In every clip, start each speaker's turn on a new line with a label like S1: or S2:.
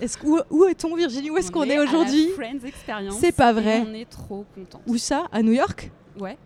S1: Est-ce que- où, où est-on, Virginie Où est-ce qu'on est,
S2: à la
S1: aujourd'hui
S2: Friends Experience.
S1: C'est pas
S2: et
S1: vrai.
S2: On est trop contents.
S1: Où ça À New York
S2: Ouais.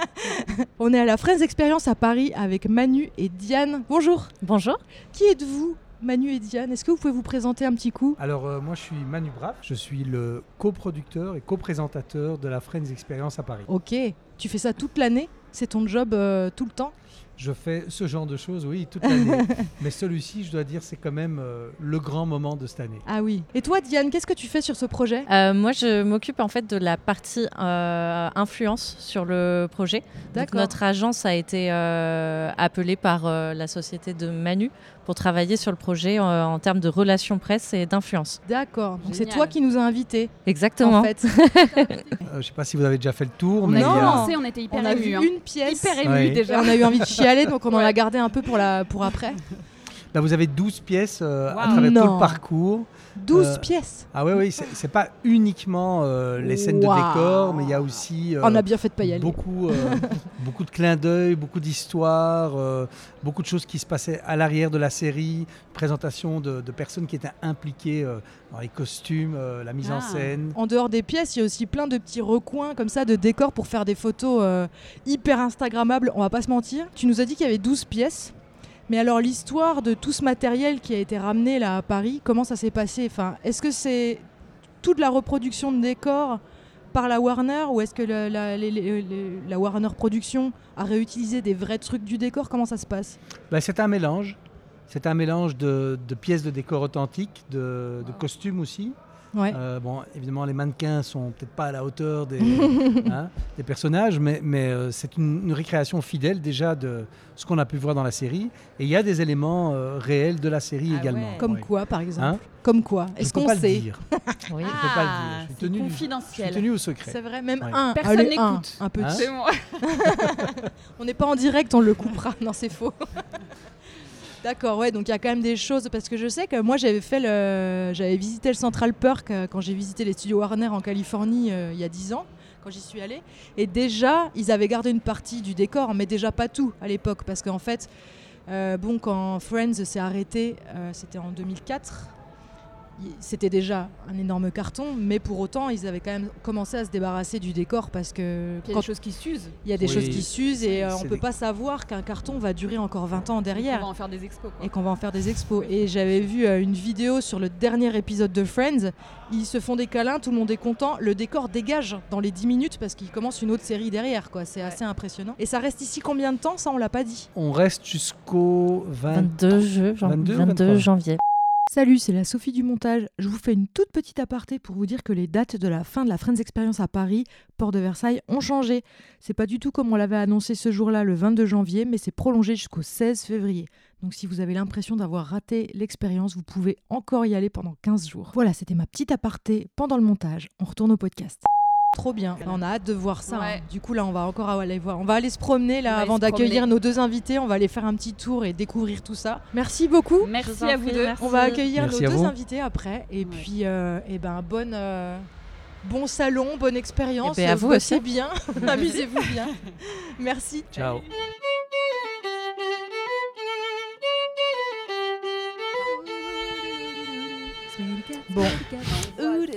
S1: On est à la Friends Experience à Paris avec Manu et Diane. Bonjour.
S3: Bonjour.
S1: Qui êtes-vous, Manu et Diane Est-ce que vous pouvez vous présenter un petit coup
S4: Alors euh, moi je suis Manu Braff, je suis le coproducteur et coprésentateur de la Friends Experience à Paris.
S1: Ok. Tu fais ça toute l'année C'est ton job euh, tout le temps
S4: Je fais ce genre de choses, oui, toute l'année. Mais celui-ci, je dois dire, c'est quand même euh, le grand moment de cette année.
S1: Ah oui. Et toi, Diane, qu'est-ce que tu fais sur ce projet
S3: Euh, moi, je m'occupe en fait de la partie euh, influence sur le projet. Donc,
S1: D'accord.
S3: notre agence a été euh, appelée par euh, la société de Manu pour travailler sur le projet euh, en termes de relations presse et d'influence.
S1: D'accord. Donc c'est
S2: Génial.
S1: toi qui nous as invités,
S3: Exactement.
S1: en fait.
S4: Euh, je ne sais pas si vous avez déjà fait le tour,
S1: On
S4: mais euh,
S1: a
S4: il y
S1: Non.
S4: a-
S2: commencé, on était hyper
S1: on a
S2: émus.
S1: vu
S2: hein.
S1: une pièce.
S2: Hyper émus
S4: Oh Ouais. Ah
S1: Et
S2: déjà.
S1: on a eu envie de chialer, donc on en a
S2: Ouais.
S1: gardé un peu pour, la, pour après.
S4: là, vous avez 12 pièces euh, à
S2: Wow.
S4: travers tout
S1: Non.
S4: le parcours.
S1: 12
S4: Euh,
S1: pièces.
S4: Ah oui, oui, c'est c'est pas uniquement euh, les scènes
S1: Wow.
S4: de décor, mais il y a aussi... euh,
S1: on a bien fait de pas y aller.
S4: Beaucoup, euh, beaucoup de clins d'œil, beaucoup d'histoires, euh, beaucoup de choses qui se passaient à l'arrière de la série, présentation de, de personnes qui étaient impliquées euh, dans les costumes, euh, la mise en
S2: Ah.
S4: scène.
S1: En dehors des pièces, il y a aussi plein de petits recoins comme ça de décors pour faire des photos euh, hyper instagrammables, on va pas se mentir. Tu nous as dit qu'il y avait 12 pièces. Mais alors l'histoire de tout ce matériel qui a été ramené là à Paris, comment ça s'est passé enfin, Est-ce que c'est toute la reproduction de décors par la Warner ou est-ce que la, la- les- les- les- la Warner Production a réutilisé des vrais trucs du décor Comment ça se passe
S4: Bah, c'est un mélange. C'est un mélange de, de pièces de décor authentiques, de, de costumes aussi.
S1: Ouais.
S4: Euh, bon, évidemment, les mannequins sont peut-être pas à la hauteur des, hein, des personnages, mais, mais, euh, c'est une, une récréation fidèle déjà de ce qu'on a pu voir dans la série. Et il y a des éléments euh, réels de la série
S2: Ah
S4: également.
S2: ouais.
S1: Comme
S4: Ouais.
S1: quoi par exemple
S4: Hein
S1: Comme quoi
S4: Je
S1: Est-ce
S4: peux
S1: qu'on
S4: pas le
S1: sait
S4: dire.
S3: Oui.
S4: Je peux pas le dire. Je suis
S2: Ah, c'est
S4: tenu- Je suis
S2: confidentiel.
S4: tenu au secret.
S1: C'est vrai, même
S4: Ouais.
S1: un.
S2: Personne
S1: allez, un,
S2: n'écoute.
S1: Un, petit.
S4: Hein
S2: C'est bon.
S1: On n'est pas en direct, on le coupera. Non, c'est faux. D'accord, ouais, donc il y a quand même des choses. Parce que je sais que moi, j'avais fait le. J'avais visité le Central Park euh, quand j'ai visité les studios Warner en Californie euh, il y a 10 ans, quand j'y suis allée. Et déjà, ils avaient gardé une partie du décor, mais déjà pas tout à l'époque. Parce qu'en fait, euh, bon, quand Friends s'est arrêté, euh, c'était en 2004. il- C'était déjà un énorme carton, mais pour autant, ils avaient quand même commencé à se débarrasser du décor parce que
S2: Il y a
S1: quand
S2: des choses qui s'usent.
S1: il y a des
S4: Oui.
S1: choses qui s'usent et euh, on
S4: C'est
S1: ne
S4: des-
S1: peut pas savoir qu'un carton va durer encore 20 ans
S2: On va
S1: derrière
S2: en faire des expos. Quoi.
S1: et qu'on va en faire des expos. Et j'avais vu euh, une vidéo sur le dernier épisode de Friends. Ils se font des câlins, tout le monde est content. Le décor dégage dans les 10 minutes parce qu'il commence une autre série derrière. quoi. C'est assez impressionnant. Et ça reste ici combien de temps Ça, on l'a pas dit.
S4: On reste jusqu'au 20.
S3: 22, jeu- jan-
S4: 22,
S3: 22 janvier.
S1: Salut, c'est la Sophie du montage. Je vous fais une toute petite aparté pour vous dire que les dates de la fin de la Friends Experience à Paris, Port de Versailles, ont changé. C'est pas du tout comme on l'avait annoncé ce jour-là, le 22 janvier, mais c'est prolongé jusqu'au 16 février. Donc si vous avez l'impression d'avoir raté l'expérience, vous pouvez encore y aller pendant 15 jours. Voilà, c'était ma petite aparté pendant le montage. On retourne au podcast. Trop bien, on a hâte de voir ça.
S2: Ouais.
S1: hein. Du coup là, on va encore aller voir. On va aller se promener
S2: On
S1: là
S2: va aller
S1: avant
S2: se
S1: d'accueillir
S2: promener.
S1: nos deux invités. On va aller faire un petit tour et découvrir tout ça. Merci beaucoup.
S3: Je
S2: Merci
S3: vous en
S2: à vous
S3: prie,
S2: deux.
S3: merci.
S1: On va accueillir
S4: Merci
S1: nos
S4: à
S1: deux
S4: vous.
S1: invités après. Et
S2: Ouais.
S1: puis, euh, eh ben, bonne, euh, bon salon, bonne expérience.
S3: Eh ben, à vous
S1: Bossez
S3: aussi.
S1: bien, amusez-vous bien. Merci.
S4: Ciao.
S1: Bon.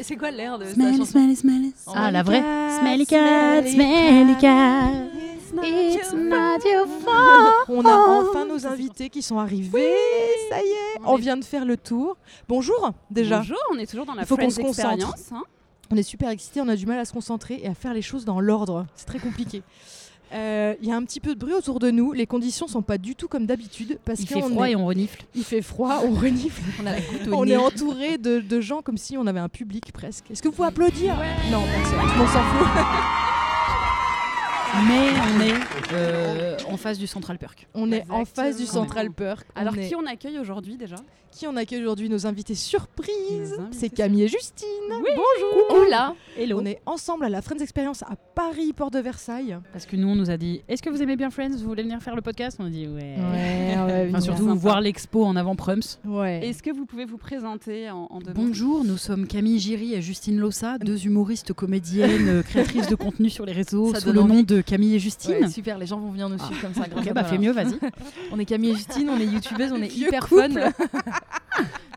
S1: C'est quoi l'air de
S5: Smelly, smelly, smelly.
S3: Ah, la vraie.
S5: Smelly cat, smelly cat. It's not your fault.
S1: On a enfin nos invités qui sont arrivés. ça y est, on vient de faire le tour. Bonjour déjà.
S2: Bonjour, on est toujours dans la
S1: Il faut qu'on
S2: Friends
S1: se concentre.
S2: Experience. hein.
S1: On est super excités, on a du mal à se concentrer et à faire les choses dans l'ordre. C'est très compliqué. Euh, Il y a un petit peu de bruit autour de nous. Les conditions sont pas du tout comme d'habitude parce
S3: Il
S1: que
S3: fait froid et on renifle.
S1: il fait froid, on renifle.
S3: On a la
S1: On est entouré de, de gens comme si on avait un public presque. Est-ce que vous pouvez applaudir Non, personne. On s'en fout.
S5: Mais on est euh, en face du Central Perk.
S1: On est en face du
S2: Exactement.
S1: Central Perk. On
S2: Alors,
S1: est-
S2: qui on accueille aujourd'hui déjà
S1: qui on accueille aujourd'hui Nos invités surprises.
S2: Nos invités
S1: C'est Camille et Justine.
S5: Bonjour. Hola. Hello.
S1: On est ensemble à la Friends Experience à Paris, Port de Versailles.
S5: Parce que nous, on nous a dit Est-ce que vous aimez bien Friends Vous voulez venir faire le podcast On a dit Ouais.
S1: on va
S5: Enfin,
S1: venir.
S5: surtout voir l'expo en avant Prums.
S1: Ouais.
S2: Est-ce que vous pouvez vous présenter en, en deux mots
S5: Bonjour, nous sommes Camille Giry et Justine Lossa, deux humoristes, comédiennes, euh, créatrices de contenu sur les réseaux
S6: Ça
S5: sous
S6: donne
S5: le nom
S6: envie.
S5: de Camille et Justine.
S6: Ouais, super, les gens vont venir nous suivre comme ça. grâce
S5: Ok,
S6: à
S5: bah
S6: toi.
S5: fais mieux, vas-y.
S6: On est Camille et Justine, on est youtubeuses, on est
S1: Vieux
S6: hyper
S1: couple.
S6: fun.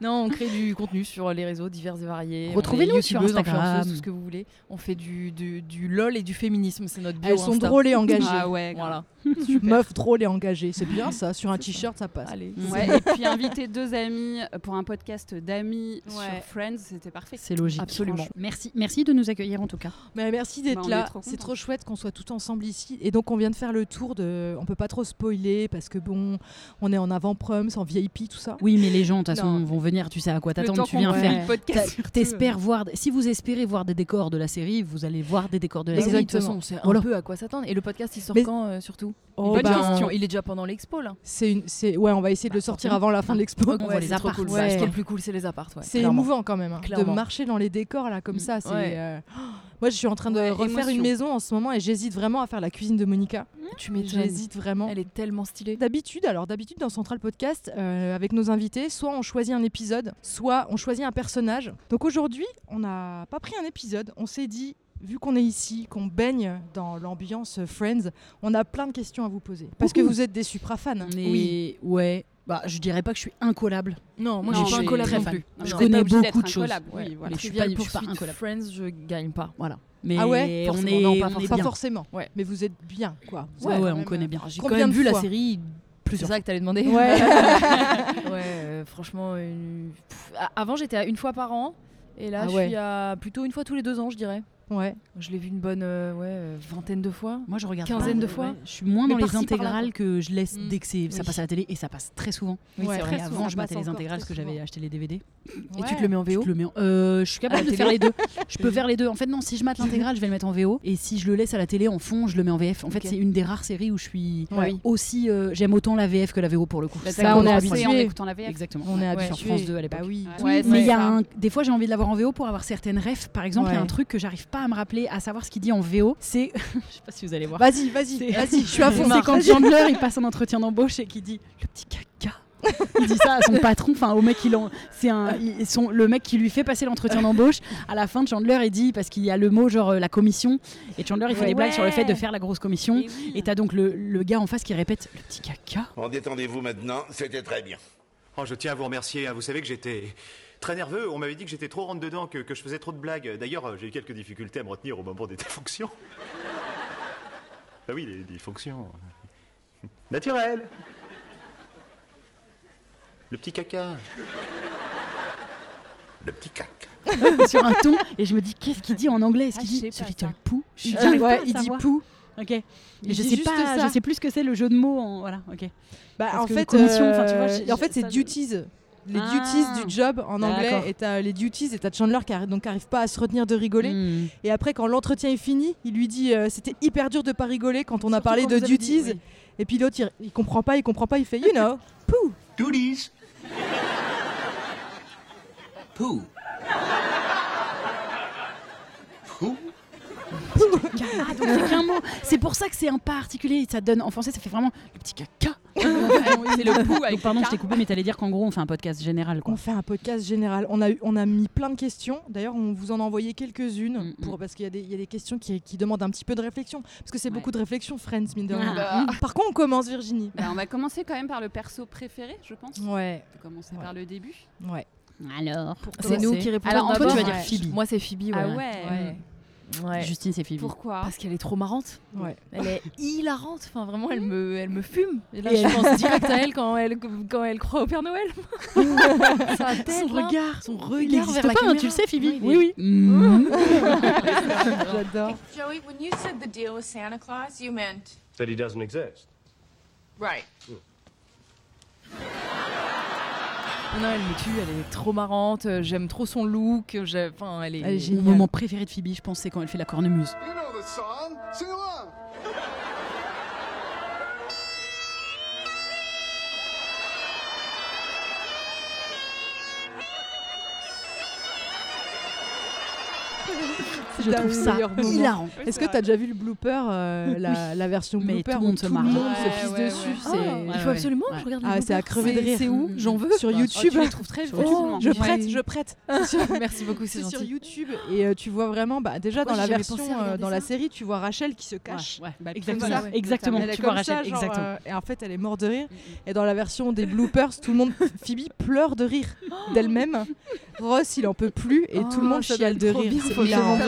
S6: Non, on crée du contenu sur les réseaux divers et variés. On
S5: Retrouvez-nous
S6: est
S5: sur
S6: youtubeuses,
S5: Instagram.
S6: influenceuses, tout ce que vous voulez. On fait du, du, du lol et du féminisme, c'est notre bio.
S1: Elles sont
S6: Insta.
S1: drôles et engagées.
S2: Ah ouais, grave.
S6: Voilà.
S1: Meuf drôle et engagée. C'est bien ça. Sur un t-shirt, ça passe.
S6: Allez.
S2: Ouais, et puis inviter deux amis euh, pour un podcast d'amis
S6: Ouais.
S2: sur Friends, c'était parfait.
S6: C'est logique.
S5: Absolument. Merci, merci de nous accueillir en tout cas.
S1: Mais merci
S2: Bah,
S1: d'être
S2: on est
S1: là.
S2: trop
S1: C'est
S2: contents.
S1: trop chouette qu'on soit tout ensemble ici. Et donc on vient de faire le tour de. On peut pas trop spoiler parce que bon, on est en avant-proms, en VIP, tout ça.
S5: Oui, mais les gens, de toute
S1: Non.
S5: façon, vont venir. Tu sais à quoi
S2: Le
S5: t'attendre.
S2: temps
S5: Tu
S2: qu'on
S5: viens
S2: coupe
S5: faire.
S2: le
S5: T'as-
S2: podcast. surtout,
S5: T'espères voir. Des... Si vous espérez voir des décors de la série, vous allez voir des décors de la
S6: Bah oui, De
S5: série.
S6: toute façon, on sait un
S2: Oh
S5: Voilà.
S6: peu à quoi s'attendre. Et le podcast, il sort
S1: Mais-
S6: quand euh, surtout
S1: Oh,
S6: Bonne
S1: bah,
S6: question. Bah, Il est déjà pendant l'expo là.
S1: C'est une. c'est- Ouais, on va essayer de le sortir avant la fin de l'expo.
S5: on voit les
S6: c'est trop
S5: apparts.
S6: cool.
S1: Ouais.
S6: Ce qui est le plus cool, c'est les apparts. ouais,
S1: C'est
S6: clairement.
S1: émouvant quand même hein, de
S6: Clairement.
S1: marcher dans les décors là comme
S6: Mm.
S1: ça. c'est,
S6: Ouais.
S1: euh, oh, Moi, je suis en train de
S6: Ouais,
S1: refaire une
S6: émotion. Ah,
S1: maison en ce moment et j'hésite vraiment à faire la cuisine de Monica.
S6: Tu m'étonnes.
S1: J'hésite vraiment.
S6: Elle est tellement stylée.
S1: D'habitude, alors d'habitude dans Central Podcast, euh, avec nos invités, soit on choisit un épisode, soit on choisit un personnage. Donc aujourd'hui, on n'a pas pris un épisode, on s'est dit, vu qu'on est ici, qu'on baigne dans l'ambiance euh, Friends, on a plein de questions à vous poser. Parce que
S5: Ouhou.
S1: vous êtes des supra fans.
S5: Mais ouais. Bah, je dirais pas que je suis incollable.
S6: Non, moi
S2: Non,
S6: je suis pas
S2: mais-
S6: un collab
S5: très
S6: non
S5: fan.
S6: plus.
S2: Non,
S5: Je
S2: non.
S5: connais
S2: T'es pas obligé
S5: beaucoup de
S2: d'être
S5: choses.
S2: incollable, oui,
S5: Ouais,
S2: voilà.
S5: Mais je suis pas,
S6: Trivial
S5: je suis pas
S6: Pursuit,
S5: incollable.
S6: Friends, je gagne pas.
S5: Voilà. Mais
S1: Ah ouais
S5: on
S6: Forcément,
S5: est,
S6: non, pas
S5: on est
S6: forcément.
S1: Pas
S5: bien.
S1: forcément,
S6: Ouais.
S1: mais vous êtes bien, quoi.
S5: Ouais, ouais, on
S1: Même,
S5: connaît
S1: euh,
S5: bien.
S6: J'ai
S1: Combien
S6: quand même
S1: de
S6: vu la
S1: fois
S6: série plusieurs
S5: plusieurs
S6: ça que t'allais demander.
S1: Ouais.
S6: Ouais, euh, franchement, une- pff, a- avant j'étais à une fois par an et là
S1: Ah
S6: je
S1: ouais.
S6: suis à plutôt une fois tous les deux ans, je dirais.
S1: Ouais.
S6: Je l'ai vu une bonne euh, ouais, euh, vingtaine de fois.
S5: Moi, je regarde
S6: Quinzaine
S5: pas,
S6: de
S5: ouais.
S6: fois.
S5: Je suis moins
S6: Mais
S5: dans les
S6: par-ci, par-là,
S5: intégrales que je laisse
S6: Mm.
S5: dès que c'est- ça
S6: Oui.
S5: passe à la télé et ça passe Hmm. très souvent.
S6: Oui,
S1: Ouais,
S6: c'est
S1: très
S5: Et
S6: vrai.
S5: avant,
S1: souvent, ça
S5: je mettais
S1: passe
S5: les
S1: encore
S5: intégrales
S1: très
S5: parce que j'avais
S1: souvent.
S5: acheté les DVD.
S6: Et tu te le mets en
S5: Je
S6: VO
S5: te le mets en- Euh, je suis capable
S6: À la télé.
S5: de faire les deux. Je peux faire les deux. En fait, non, si je mate l'intégrale, je vais le mettre en VO. Et si je le laisse à la télé en fond, je le mets en VF. En fait,
S6: Ok.
S5: c'est une des rares séries où je suis
S1: Ouais.
S5: Oui. aussi. euh, J'aime autant la VF que la VO pour le coup.
S2: Bah,
S1: Ça,
S2: t'as
S1: on est
S2: commencé
S1: habitué.
S2: en écoutant la VF.
S5: Exactement.
S1: On est
S5: Ouais,
S1: habitué.
S5: Sur France 2 à l'époque.
S1: Bah oui.
S2: Ouais.
S5: Oui,
S2: c'est
S5: mais il y a
S2: ça.
S5: un... des fois j'ai envie de l'avoir en VO pour avoir certaines refs. Par exemple, il y a
S1: Ouais.
S5: un truc que j'arrive pas à me rappeler, à savoir ce qu'il dit en VO. C'est, je sais pas si vous allez voir.
S1: Vas-y, vas-y, vas-y, je suis à fond.
S5: C'est quand
S1: Vas-y.
S5: Chandler il passe un entretien d'embauche et qu'il dit le petit caca. Il dit ça à son patron, enfin au mec qui l'en- c'est un, il- son- le mec qui lui fait passer l'entretien d'embauche. À la fin, Chandler il dit parce qu'il y a le mot genre euh, la commission et Chandler il fait
S2: Ouais.
S5: des blagues sur le fait de faire la grosse commission.
S2: Et oui.
S5: Et t'as donc le, le gars en face qui répète le petit caca.
S7: Bon, détendez-vous maintenant, c'était très bien.
S8: Oh, je tiens à vous remercier. hein. Vous savez que j'étais très nerveux. On m'avait dit que j'étais trop rentre dedans, que, que je faisais trop de blagues. D'ailleurs, euh, j'ai eu quelques difficultés à me retenir au moment des fonctions. ah oui, les, les fonctions. Naturel. Le petit caca.
S7: Le petit cac.
S5: sur un ton et je me dis qu'est-ce qu'il dit en anglais Est-ce
S2: Ah,
S5: qu'il
S2: je
S5: dit
S2: sais
S5: ce
S2: pas,
S5: little
S2: ça.
S5: poo Je
S1: Il
S5: j'arrive
S1: dit- ouais,
S5: pas à
S1: il dit
S5: savoir.
S1: pou.
S5: Ok. Et
S1: Il
S5: je
S1: dit
S5: sais
S1: juste
S5: pas,
S1: ça.
S5: je sais plus ce que c'est le jeu de mots en voilà, OK.
S1: Bah,
S5: Parce
S1: en,
S5: que
S1: fait,
S5: commission, enfin, tu vois,
S1: euh,
S5: j'ai-
S1: en fait, c'est
S5: ça, je-
S1: duties. Les
S2: Ah.
S1: duties du job en anglais,
S5: D'accord.
S1: et t'as les duties, et t'as Chandler qui arri- donc arrive pas à se retenir de rigoler.
S5: Hmm.
S1: Et après, quand l'entretien est fini, il lui dit euh, c'était hyper dur de pas rigoler quand on a
S6: Surtout
S1: parlé
S6: quand
S1: de
S6: vous avez
S1: duties.
S6: dit- oui.
S1: Et puis l'autre, il, il comprend pas, il comprend pas, il fait you know. Pouh
S7: Doodies. Pooh. Pooh
S5: Ah, donc c'est qu'un mot. C'est pour ça que c'est un pas articulé. Ça donne en français, ça fait vraiment le petit caca.
S2: C'est le coup avec
S5: Donc, pardon,
S2: le
S5: je t'ai coupé, mais t'allais dire qu'en gros, on fait un podcast général, quoi.
S1: On fait un podcast général. On a, eu- on a mis plein de questions. D'ailleurs, on vous en a envoyé quelques-unes
S5: Mm,
S1: pour, parce qu'il y, a des- il y a des questions qui, qui demandent un petit peu de réflexion. Parce que c'est
S2: Ouais.
S1: beaucoup de réflexion, Friends, mine de rien.
S2: Bah,
S1: Par contre, on commence, Virginie.
S2: bah, on va commencer quand même par le perso préféré, je pense. On
S1: Ouais,
S2: peut commencer
S1: Ouais.
S2: par le début.
S1: ouais.
S5: Alors,
S6: C'est nous qui répondons.
S2: Alors, Antoine,
S6: d'abord.
S2: tu vas dire
S6: Ouais.
S5: Phoebe.
S6: Moi, c'est Phoebe. Ouais.
S2: Ah ouais.
S6: Ouais.
S5: Justine, c'est Phoebe.
S2: Pourquoi
S6: Parce qu'elle est trop marrante.
S1: ouais.
S6: Elle est hilarante. Enfin, vraiment, elle me, elle me fume. Et là,
S5: Et
S6: je pense direct à elle quand elle, quand elle croit au Père Noël. Sa tête,
S5: Son
S6: là.
S5: regard, son regard
S6: Il existe
S5: vers
S6: pas,
S5: la
S6: hein,
S5: caméra.
S6: tu le sais, Phoebe.
S5: Non, il
S6: Oui,
S5: est-
S6: oui.
S5: Mhm.
S1: J'adore.
S9: Joey, when you said the deal with Santa Claus, you meant
S8: That he doesn't exist.
S9: right.
S6: hein. Non, elle me tue. Elle est trop marrante. euh, J'aime trop son look. euh, j'ai- Enfin, elle est.
S1: Elle est
S5: Mon
S1: géniale.
S5: moment préféré de Phoebe, je pense, c'est quand elle fait la cornemuse.
S7: You know the song. Sing along.
S5: Je
S1: Putain,
S5: trouve
S1: le
S5: ça
S1: meilleur moment.
S5: hilarant.
S1: Est-ce que tu as déjà vu le blooper, euh, la, la version
S5: Mais
S1: blooper
S5: tout le
S1: où
S5: monde se
S1: tout
S5: marre.
S1: le monde
S6: Ouais,
S1: se pisse
S6: ouais,
S1: dessus
S6: ouais.
S1: c'est-
S5: Oh,
S1: Ah,
S5: ouais,
S6: il faut
S5: ouais.
S6: absolument que je regarde le
S1: c'est à
S6: Bloopers.
S1: crever de
S6: C'est-
S1: rire.
S6: C'est où J'en veux.
S1: Sur
S6: Oh,
S1: YouTube.
S6: tu les trouves très facilement.
S1: Je
S6: Ouais.
S1: prête, je prête.
S6: Merci beaucoup, c'est
S1: C'est sur
S6: gentil.
S1: YouTube et euh, tu vois vraiment, bah, déjà dans
S6: Pourquoi
S1: la
S6: j'ai jamais pensé à
S1: version, euh,
S6: regarder
S1: dans la
S6: ça
S1: série, tu vois Rachel qui se cache.
S5: Ouais, bah,
S1: Exactement.
S5: exactement.
S6: Ouais.
S5: exactement.
S1: Elle est
S5: Tu vois
S1: comme ça,
S5: Rachel,
S1: genre,
S5: exactement.
S1: euh, et en fait, elle est morte de rire.
S6: Mm,
S1: Et dans la version des bloopers, tout le monde, Phoebe pleure de rire d'elle-même. Ross, il en peut plus et
S6: Oh,
S1: tout le monde chiale de rire. C'est hilarant.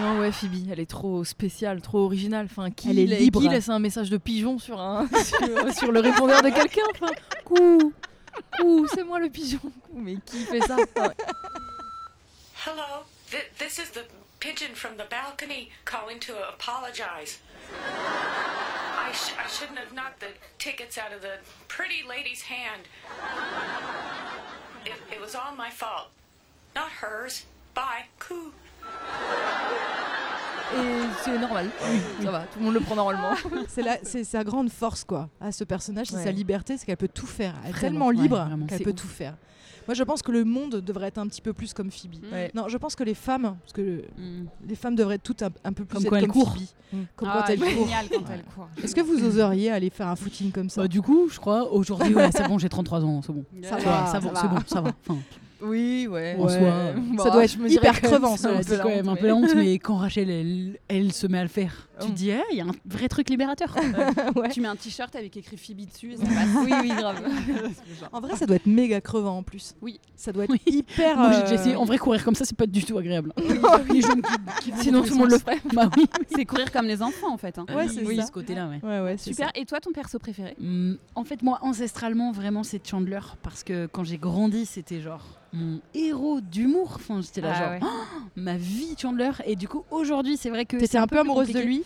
S6: Non, ouais, Phoebe, elle est trop spéciale, trop originale. Enfin, qui,
S1: Elle est
S6: la-
S1: libre.
S6: qui laisse un message de pigeon sur, un, sur, euh, sur le répondeur de quelqu'un enfin, Coucou Coucou, c'est moi le pigeon Coucou, Mais qui fait ça Enfin,
S10: Hello, Th- this is the pigeon from the balcony calling to apologize. I, sh- I shouldn't have knocked the tickets out of the pretty lady's hand. It, it was all my fault, not hers. Bye. Coo.
S6: Et c'est normal. Ça va, tout le monde le prend normalement.
S2: Ah,
S1: C'est la- c'est sa grande force, quoi, à ce personnage, c'est
S6: Ouais.
S1: sa liberté, c'est qu'elle peut tout faire. Elle est
S5: Vraiment,
S1: tellement
S5: ouais,
S1: libre
S5: vraiment.
S1: qu'elle
S6: C'est
S1: peut
S6: ouf.
S1: tout faire. Moi, je pense que le monde devrait être un petit peu plus comme Phoebe.
S6: Ouais.
S1: Non, je pense que les femmes, parce que
S5: Mm.
S1: les femmes devraient être toutes un, un peu plus
S5: Comme
S1: être
S5: quand elles
S1: comme
S5: courent. Mm. Ah,
S1: Phoebe, comme quand elles courent.
S2: génial quand
S1: Ouais.
S2: elle court.
S1: Est-ce que vous oseriez aller faire un footing comme ça
S5: Bah, du coup, je crois aujourd'hui, ouais, c'est bon, j'ai 33 ans, c'est bon.
S1: Ça
S5: Tu
S1: va,
S5: vois, ça va, c'est bon, ça va. Enfin,
S6: Oui, ouais.
S5: En soi, euh,
S1: ça doit
S6: je
S1: être
S6: me dirais
S1: hyper
S6: quand même
S1: crevant,
S6: que c'est
S1: cela
S6: un
S1: dit,
S6: peu
S5: c'est quand même un
S6: lente,
S5: peu la honte, mais quand Rachel, elle, elle se met à le faire, tu
S6: Oh.
S5: te dis, eh, il y a un vrai truc libérateur. quoi.
S2: Tu mets un t-shirt avec écrit Phoebe dessus et ça passe. oui, oui, grave.
S1: En vrai, ça doit être méga crevant en plus.
S2: Oui.
S1: Ça doit être
S5: Oui.
S1: hyper.
S5: Moi, j'ai déjà
S1: euh,
S5: essayé. En vrai, courir comme ça, c'est pas du tout agréable. Les jeunes qui- qui vont
S2: Sinon,
S5: dans tous
S2: tout le monde
S5: les
S2: le
S5: sens. Bah oui,
S2: C'est courir comme les enfants en fait. hein.
S1: Ouais, c'est
S5: oui,
S1: ça.
S5: ce côté-là, ouais.
S1: Ouais, ouais, c'est
S2: Super. Et toi, ton perso préféré
S5: Hum, en fait, moi, ancestralement, vraiment, c'est Chandler. Parce que quand j'ai grandi, c'était genre mon héros d'humour. Enfin, j'étais
S1: Ah
S5: là, genre, Oh, ma vie, Chandler. Et du coup, aujourd'hui, c'est vrai que.
S1: ça.
S5: c'est
S1: T'étais un peu
S5: plus
S1: amoureuse de
S5: compliqué.
S1: lui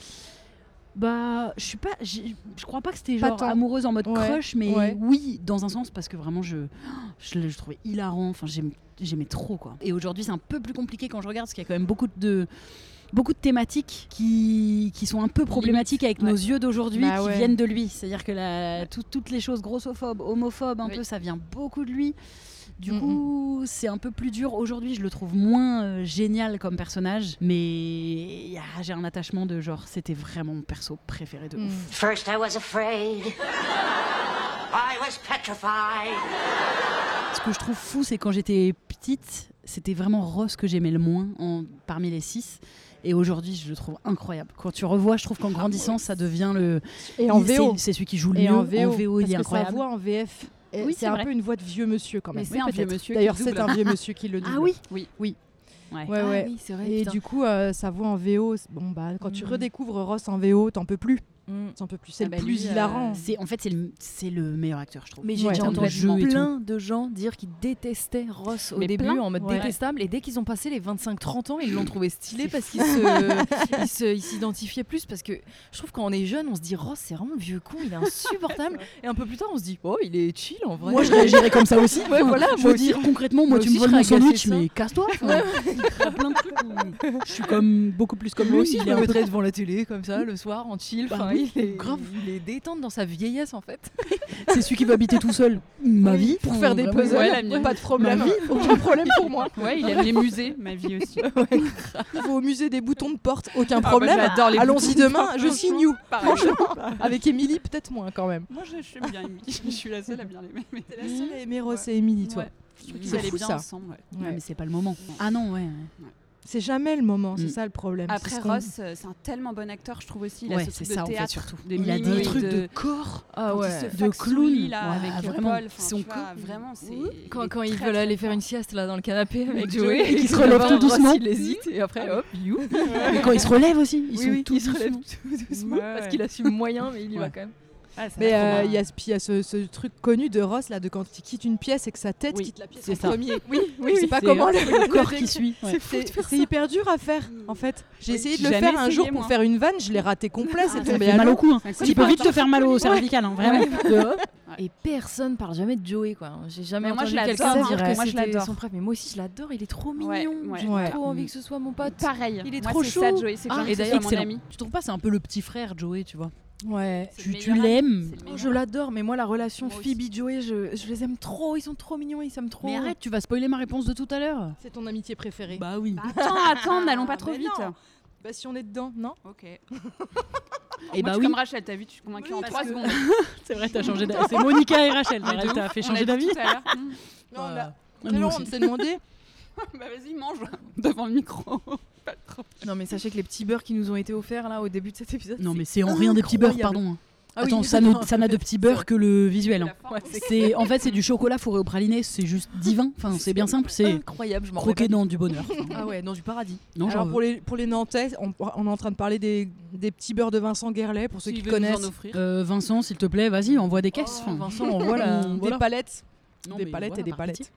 S5: Bah, je suis pas. j'ai- Je crois pas que c'était
S1: Pas
S5: genre
S1: tant.
S5: amoureuse en mode
S1: Ouais,
S5: crush, mais
S1: ouais.
S5: oui, dans un sens, parce que vraiment, je, je, le- je trouvais hilarant. Enfin, j'aime- j'aimais trop, quoi. Et aujourd'hui, c'est un peu plus compliqué quand je regarde, parce qu'il y a quand même beaucoup de. Beaucoup de thématiques qui, qui sont un peu problématiques avec nos yeux d'aujourd'hui,
S1: Bah
S5: qui
S1: ouais.
S5: viennent de lui. C'est-à-dire que la, tout- toutes les choses grossophobes, homophobes, un
S2: Oui.
S5: peu, ça vient beaucoup de lui. Du
S1: Mm,
S5: coup, c'est un peu plus dur. Aujourd'hui, je le trouve moins euh, génial comme personnage, mais ah, j'ai un attachement de genre, c'était vraiment mon perso préféré de
S1: Mm.
S5: ouf.
S10: First, I was afraid. I was petrified.
S5: Ce que je trouve fou, c'est quand j'étais petite, c'était vraiment Ross que j'aimais le moins en- parmi les six. Et aujourd'hui, je le trouve incroyable. Quand tu revois, je trouve qu'en grandissant, ça devient le.
S1: Et en
S5: il- c'est-
S1: VO.
S5: C'est celui qui joue le
S1: Et
S5: mieux.
S1: en VO,
S5: il
S1: parce
S5: est
S1: que sa
S5: incroyable.
S1: voix en VF, eh,
S5: Oui,
S1: c'est
S5: c'est
S1: un
S5: vrai.
S1: peu une voix de vieux monsieur quand même.
S2: Mais c'est un vieux
S1: peut-être.
S2: monsieur. qui
S1: D'ailleurs,
S2: double.
S1: c'est un vieux monsieur qui le double.
S5: Ah oui
S2: Oui.
S1: Oui.
S5: Ouais.
S1: Ouais,
S2: Ah
S1: ouais.
S2: oui, c'est vrai.
S1: Et
S2: putain.
S1: du coup, euh, sa voix en VO, c'est- bon bah quand tu
S6: Mm.
S1: redécouvres Ross en VO, t'en peux plus,
S6: Mm.
S1: t'en peux plus. C'est
S2: Ah
S1: le
S2: bah,
S1: plus
S2: lui, euh,
S1: hilarant.
S5: C'est- En fait, c'est le, c'est le meilleur acteur, je trouve.
S6: Mais j'ai
S1: Ouais,
S6: déjà
S1: en termes de
S5: jeu
S6: entendu
S5: et tout.
S6: plein de gens dire qu'ils détestaient Ross au
S2: Mais
S6: début
S2: plein,
S6: en mode
S2: ouais.
S6: détestable et dès qu'ils ont passé les 25-30 ans, ils l'ont trouvé stylé parce qu'ils se- ils se- ils s'identifiaient plus parce que je trouve quand on est jeune, on se dit Ross c'est vraiment le vieux con, il est insupportable et un peu plus tard on se dit oh il est chill en vrai.
S5: Moi, je réagirais comme ça aussi.
S6: Ouais, voilà,
S5: je
S6: moi
S5: veux dire, concrètement, moi,
S6: Moi
S5: tu me
S6: aussi,
S5: voles
S6: je
S5: mon
S6: serais agacée
S5: sandwich,
S6: de ça.
S5: mais casse-toi. enfin. Il y a plein de trucs où Je suis comme beaucoup plus comme lui.
S6: Lui aussi,
S5: il
S6: je
S5: est
S6: le
S5: un peu-
S6: mettrais devant la télé comme ça le soir en chill.
S5: Bah
S6: Enfin,
S5: oui,
S6: il est
S5: grave.
S6: il est détente dans sa vieillesse en fait.
S5: C'est celui qui va habiter tout seul. Ma vie.
S1: pour
S5: enfin,
S1: faire des
S5: vraiment.
S1: puzzles,
S2: Ouais, la mienne.
S1: pas de problème,
S5: Ma vie.
S1: aucun problème pour moi.
S2: Ouais, il aime les musées, ma vie aussi.
S1: Il va au musée des boutons de porte, aucun
S2: bah,
S1: problème.
S2: j'adore les
S1: Allons-y demain, je signe you.
S2: Pareil.
S1: Franchement, avec Émilie peut-être moins quand même.
S2: Moi, je, je suis bien aimée. Je suis la seule à bien l'aimer. mais-
S1: T'es la seule à aimer Ross et Émilie, toi.
S2: Mmh. Ouais. Je trouve
S1: C'est
S2: qu'ils allaient
S1: fou,
S2: bien
S1: ça.
S2: ensemble. ouais.
S5: Ouais,
S1: Ouais.
S5: mais c'est pas le moment. Ah non, ouais.
S1: C'est jamais le moment, c'est
S5: Mm.
S1: ça le problème. c'est
S2: Mmh. Après,
S1: ce qu'on-
S2: Ross, euh, c'est un tellement bon acteur, je trouve aussi. Il a
S5: Ouais,
S2: ce
S5: c'est
S2: truc de
S5: ça, en fait,
S2: théâtre,
S5: surtout.
S2: de
S5: Il a
S2: mime
S5: des
S2: et
S5: trucs
S2: de- Oh,
S5: de corps.
S6: Ah
S2: quand il se
S5: de
S2: faxouille,
S5: clown.
S2: là,
S5: Ouais,
S2: avec euh,
S5: vraiment.
S2: Paul, enfin,
S5: Son
S2: tu vois,
S5: corps.
S2: vraiment, c'est. il
S6: Quand,
S2: est
S6: quand ils
S2: très,
S6: veulent
S2: très
S6: aller
S2: fort.
S6: faire une sieste là dans le canapé avec
S2: Avec
S6: Joey
S2: Joey,
S6: et
S2: qui
S6: qu'ils
S5: se relève
S6: d'abord,
S5: tout
S6: Ross,
S5: doucement.
S6: il hésite et après hop, you.
S5: Mais quand ils se relèvent aussi, ils
S6: Oui,
S5: sont
S6: oui,
S5: tous
S6: il se relève
S5: doucement.
S6: tout doucement
S2: Ouais, ouais.
S6: parce qu'il assume moyen mais il y
S5: Ouais.
S6: va quand même.
S2: Ouais, c'est
S1: Mais
S2: vrai qu'on
S1: euh,
S2: a-
S1: il y a, ce- puis il y a ce, ce truc connu de Ross là, de quand il quitte une pièce et que sa tête
S2: Oui,
S1: quitte la pièce
S2: c'est
S1: en
S2: ça.
S1: premier.
S2: Oui, oui,
S1: je sais
S2: oui,
S1: pas
S2: c'est-
S1: comment le,
S5: Le
S1: le
S5: corps
S1: mec-
S5: qui suit. ouais.
S1: C'est c'est hyper dur à faire en fait. J'ai
S2: Oui,
S1: essayé de
S2: j'ai
S1: le
S2: jamais
S1: faire un jour
S2: essayé,
S1: pour
S2: moi. Ah,
S1: faire une vanne, je l'ai raté complet, c'est
S5: Ça
S1: tombé
S5: fait
S1: à
S5: mal au
S1: l'eau.
S5: cou. hein.
S2: C'est un coup
S5: Tu peux
S2: de
S5: vite
S2: marteau.
S5: te faire mal au cervical, hein, vraiment. De hop.
S6: Et personne parle jamais de Joey, quoi. J'ai
S2: Mais
S6: jamais
S2: moi,
S6: entendu
S2: je l'adore,
S6: quelqu'un
S2: hein.
S6: dire que
S2: Moi, je
S6: c'était
S2: l'adore.
S6: son préf. Mais moi aussi, je l'adore. Oh, Il est trop mignon.
S2: Ouais,
S6: J'ai
S1: ouais.
S6: trop envie que ce soit mon pote.
S2: Pareil.
S6: Il est
S2: Moi,
S6: trop
S2: c'est
S6: chaud.
S2: ça, Joey, c'est
S6: Ah,
S2: comme
S6: et
S2: ça,
S6: d'ailleurs,
S2: mon
S6: excellent.
S2: ami.
S5: Tu trouves pas c'est un peu le petit frère Joey, tu vois
S1: Ouais.
S2: C'est
S5: Tu,
S2: le
S5: tu
S2: meilleur
S5: l'aimes.
S2: ami, c'est le
S6: Oh,
S2: meilleur
S6: je l'adore, mais moi la relation
S2: Moi aussi.
S6: Phoebe Joey, je, je les aime trop, ils sont trop mignons, ils s'aiment trop.
S5: Mais arrête, tu vas spoiler ma réponse de tout à l'heure.
S1: C'est ton amitié préférée.
S5: Bah oui.
S2: Attends, attends, n'allons pas trop
S1: Mais
S2: vite.
S1: non. Bah, si on est dedans, non
S2: Ok.
S5: Et
S2: Moi,
S5: bah
S2: je suis
S5: oui.
S2: comme Rachel, t'as vu, tu suis convaincue en 3 secondes.
S5: C'est vrai, t'as changé d'avis. C'est Monica et Rachel.
S2: Mais de
S5: T'as t'as
S2: ouf,
S5: fait
S2: on
S5: changer
S2: l'a dit
S5: d'avis.
S2: tout à l'heure. Mm.
S1: Non, on
S5: Voilà.
S1: l'a-
S5: Nous
S1: Très long,
S5: aussi.
S1: on s'est demandé.
S2: bah vas-y, mange devant le micro.
S6: Non, mais sachez que les petits beurres qui nous ont été offerts là au début de cet épisode.
S5: Non
S6: c'est-
S5: mais c'est en rien des petits beurres, pardon. hein.
S6: Ah oui,
S5: Attends, ça ne- ça n'a de petits beurres que le visuel. hein.
S2: La forme.
S5: C'est en fait c'est du chocolat fourré au praliné, c'est juste divin. Enfin, c'est bien simple, c'est
S6: incroyable, je m'en
S5: croquer dans du bonheur.
S6: remets pas. Ah ouais, dans du paradis.
S5: Non,
S1: Alors
S5: genre
S1: pour les, pour les Nantais, on, on est en train de parler des, des petits beurres de Vincent Guerlet, pour ceux
S2: S'il
S1: qui
S2: veut nous en
S1: connaissent.
S2: offrir.
S5: euh, Vincent, s'il te plaît, vas-y, envoie des caisses.
S1: Oh,
S5: enfin.
S1: Vincent, on voit la-
S5: Mm,
S1: des
S5: voilà.
S1: palettes.
S5: Non,
S1: des
S5: mais
S1: palettes
S5: voilà,
S1: et des
S5: par
S1: palettes.
S5: pitié.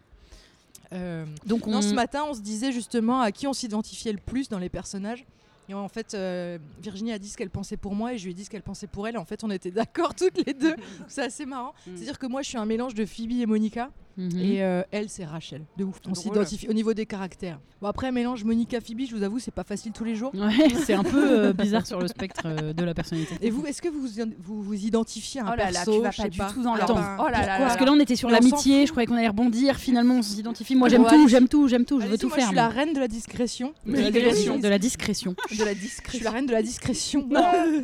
S1: Euh,
S5: Donc on
S1: Non, ce matin, on se disait justement à qui on s'identifiait le plus dans les personnages. Et en fait, euh, Virginie a dit ce qu'elle pensait pour moi et je lui ai dit ce qu'elle pensait pour elle. Et en fait, on était d'accord toutes les deux. C'est assez marrant.
S2: Mm.
S1: C'est-à-dire que moi, je suis un mélange de Phoebe et Monica.
S5: Mhm.
S1: Et euh, elle, c'est Rachel. De ouf. On
S2: Drôle.
S1: s'identifie au niveau des caractères. Bon, après, mélange Monica-Phoebe, je vous avoue, c'est pas facile tous les jours.
S5: Ouais, c'est un peu euh, bizarre sur le spectre euh, de la personnalité.
S1: Et vous, est-ce que vous, vous vous identifiez à un
S2: Oh là là,
S1: perso
S2: tu vas
S1: je sais
S2: pas du tout dans
S1: Attends,
S2: l'ordre. Oh là là là.
S5: Parce que là on était sur
S1: Mais on s'en
S5: l'amitié,
S1: fout. Ah,
S5: je croyais qu'on allait rebondir, finalement on s'identifie. Moi j'aime
S1: Bon,
S5: tout,
S1: allez-y.
S5: j'aime tout, j'aime tout, je veux
S1: Allez-y,
S5: tout
S1: moi,
S5: faire.
S1: Je suis la
S5: moi.
S1: reine de la discrétion.
S5: De la
S1: discrétion.
S5: discrétion. De la discrétion.
S1: De la discrétion. Je suis la reine de la discrétion.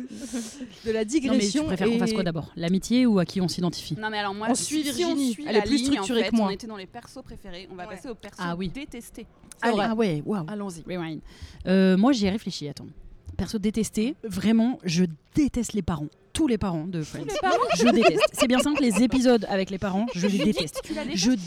S1: de la digression.
S5: Non mais tu préfères qu'on fasse
S1: et-
S5: quoi d'abord L'amitié ou à qui on s'identifie
S2: Non mais alors moi,
S1: On
S2: si-
S1: suit
S2: si
S1: Virginie,
S2: on suit
S1: elle
S2: la
S1: est plus
S2: ligne,
S1: structurée
S2: en fait,
S1: que moi.
S2: On était dans les persos préférés, on va passer aux persos
S5: Ah oui.
S2: détestés.
S5: Ah ouais, ah ouais, waouh.
S6: Allons-y.
S5: Rewind. Euh, moi, j'y ai réfléchi. Attends. Perso détesté, vraiment, je déteste les parents. Tous les parents de Friends. je déteste. C'est bien simple, les épisodes avec les parents, je les déteste.
S2: Tu l'as
S5: Je
S2: Jack,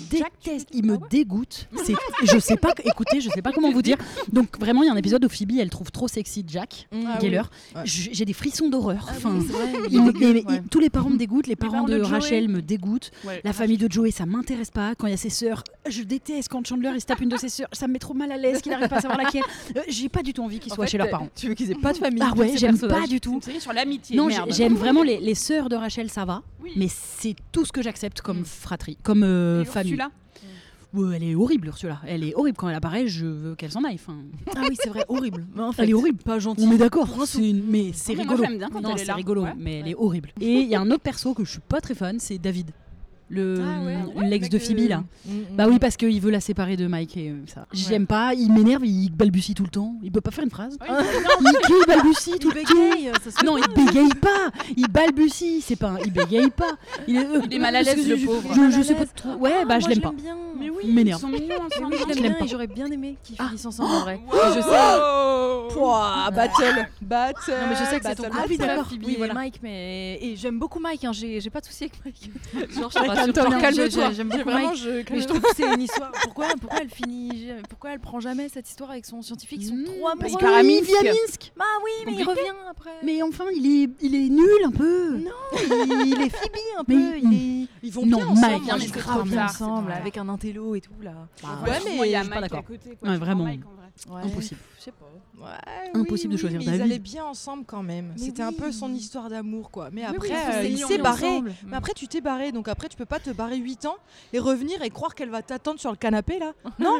S5: déteste,
S2: tu-
S5: ils me
S2: ah ouais
S5: dégoûtent. C'est, je sais pas, écoutez, je sais pas comment vous dire. Donc vraiment, il y a un épisode où Phoebe, elle trouve trop sexy Jack
S1: Ah oui.
S5: Geller.
S1: Ouais.
S5: J- J'ai des frissons d'horreur. Enfin,
S6: Enfin, Ah c'est vrai.
S5: il me-
S6: dégueule,
S5: mais- mais-
S6: ouais.
S5: tous les parents me dégoûtent, les parents,
S2: parents
S5: de,
S2: de Joey.
S5: Rachel me dégoûtent,
S2: Ouais.
S5: la famille de Joey ça m'intéresse pas, quand il y a ses sœurs, je déteste quand Chandler il se tape une de ses sœurs, ça me met trop mal à l'aise qu'il n'arrive pas à savoir laquelle. Euh, j'ai pas du tout envie qu'ils
S6: En
S5: soient
S6: fait,
S5: chez leurs
S6: euh,
S5: parents.
S6: Tu veux qu'ils aient pas de famille.
S5: Ah
S6: tous
S5: ouais,
S6: ces
S5: j'aime
S6: personnages.
S5: pas du
S2: C'est
S5: tout.
S2: une série sur l'amitié.
S5: Non,
S2: merde.
S5: j'ai- j'aime vraiment les, les sœurs de Rachel, ça va,
S2: Oui.
S5: mais c'est tout ce que j'accepte comme
S2: Mm.
S5: fratrie, comme euh,
S2: Et
S5: famille.
S2: Ursula
S5: Ouais, elle est horrible, Ursula. Elle est horrible quand elle apparaît, je veux qu'elle s'en aille. Enfin,
S6: Ah oui, c'est vrai, horrible. Mais en fait,
S5: elle est horrible.
S6: pas gentil.
S5: On est d'accord, c'est une- mais c'est
S2: Ah, mais moi,
S5: rigolo.
S2: j'aime bien quand
S5: non,
S2: elle est
S5: c'est
S2: là.
S5: rigolo,
S2: Ouais.
S5: mais elle est horrible. Et il y a un autre perso que je suis pas très fan, c'est David. Le
S1: Ah ouais, ouais,
S5: l'ex
S1: mec
S2: euh,
S5: de Phoebe là.
S1: Mm, mm.
S5: Bah oui parce qu'il veut la séparer de Mike et euh, ça. J'aime pas, il m'énerve, il balbutie tout le temps, il peut pas faire une phrase.
S2: Oui,
S5: Il, il balbutie tout le temps.
S6: Bégaye, ça se fait
S5: Non, il bégaye pas, il balbutie, c'est pas, un- il bégaye pas. Il est, euh,
S2: Il est mal à Ah, l'aise,
S5: je-
S2: le
S5: je-
S2: pauvre.
S5: Je, je sais pas trop. Ouais, bah je l'aime pas.
S6: bien.
S2: Mais oui,
S5: Il m'énerve.
S2: ils sont mignons
S6: Mais
S2: ensemble.
S6: oui,
S5: Je
S6: je
S5: l'aime
S6: l'aime bien
S5: pas.
S6: et j'aurais bien aimé qu'ils finissent ensemble en vrai.
S2: Wow.
S6: Et je sais.
S1: Oh Pouah, battle, battle.
S6: Non, mais je sais que c'est
S1: battle.
S6: ton couple,
S1: Ah oui,
S6: ça,
S1: d'accord.
S6: Phoebe
S1: Oui,
S6: et
S1: voilà.
S6: Mike, mais et j'aime beaucoup Mike. hein, J'ai j'ai pas de souci avec Mike. Genre, je te
S1: Attends,
S6: rassure,
S1: attends,
S6: genre,
S1: calme-toi.
S6: j'ai- J'aime
S1: J'ai
S6: beaucoup
S1: vraiment,
S6: Mike.
S1: je-
S6: Mais je trouve que c'est une histoire. Pourquoi, pourquoi elle finit Pourquoi elle prend jamais cette histoire avec son scientifique Ils
S1: Mm.
S6: sont trop
S5: Parce
S6: amoureux.
S5: qu'il part à Minsk. vit à Minsk.
S6: Bah oui, mais il revient après.
S5: Mais enfin, il est, il est nul un peu.
S6: Non, il, il est Phoebe un peu.
S5: Mais-
S6: il est.
S1: Ils vont
S5: Non,
S1: bien ensemble. hein,
S5: Mike,
S1: moi,
S2: mais
S1: je
S6: Ils
S1: trouve.
S2: grave,
S6: sont bien
S2: ça, c'est
S6: ensemble
S2: vrai.
S6: avec un intello et tout là.
S5: Bah,
S1: Ouais,
S2: franchement,
S1: mais
S2: il y a
S5: je suis pas
S2: Mike à
S5: d'accord.
S2: côté, quoi.
S5: Ouais,
S2: Je prends
S5: vraiment.
S2: Mike, en vrai.
S6: Ouais.
S5: Impossible.
S6: Je sais pas.
S1: Ouais,
S5: Impossible de
S1: oui,
S5: choisir
S1: mais Ils
S5: David.
S1: allaient bien ensemble quand même.
S6: Mais
S1: C'était un peu
S6: oui.
S1: son histoire d'amour quoi. Mais
S6: Mais
S1: après,
S6: oui, ils sont
S1: euh, il
S6: mignons
S1: s'est barré.
S6: ensemble.
S5: Mm.
S1: Mais après, tu t'es barré, donc après, tu peux pas te barrer 8 ans et revenir et croire qu'elle va t'attendre sur le canapé là. Non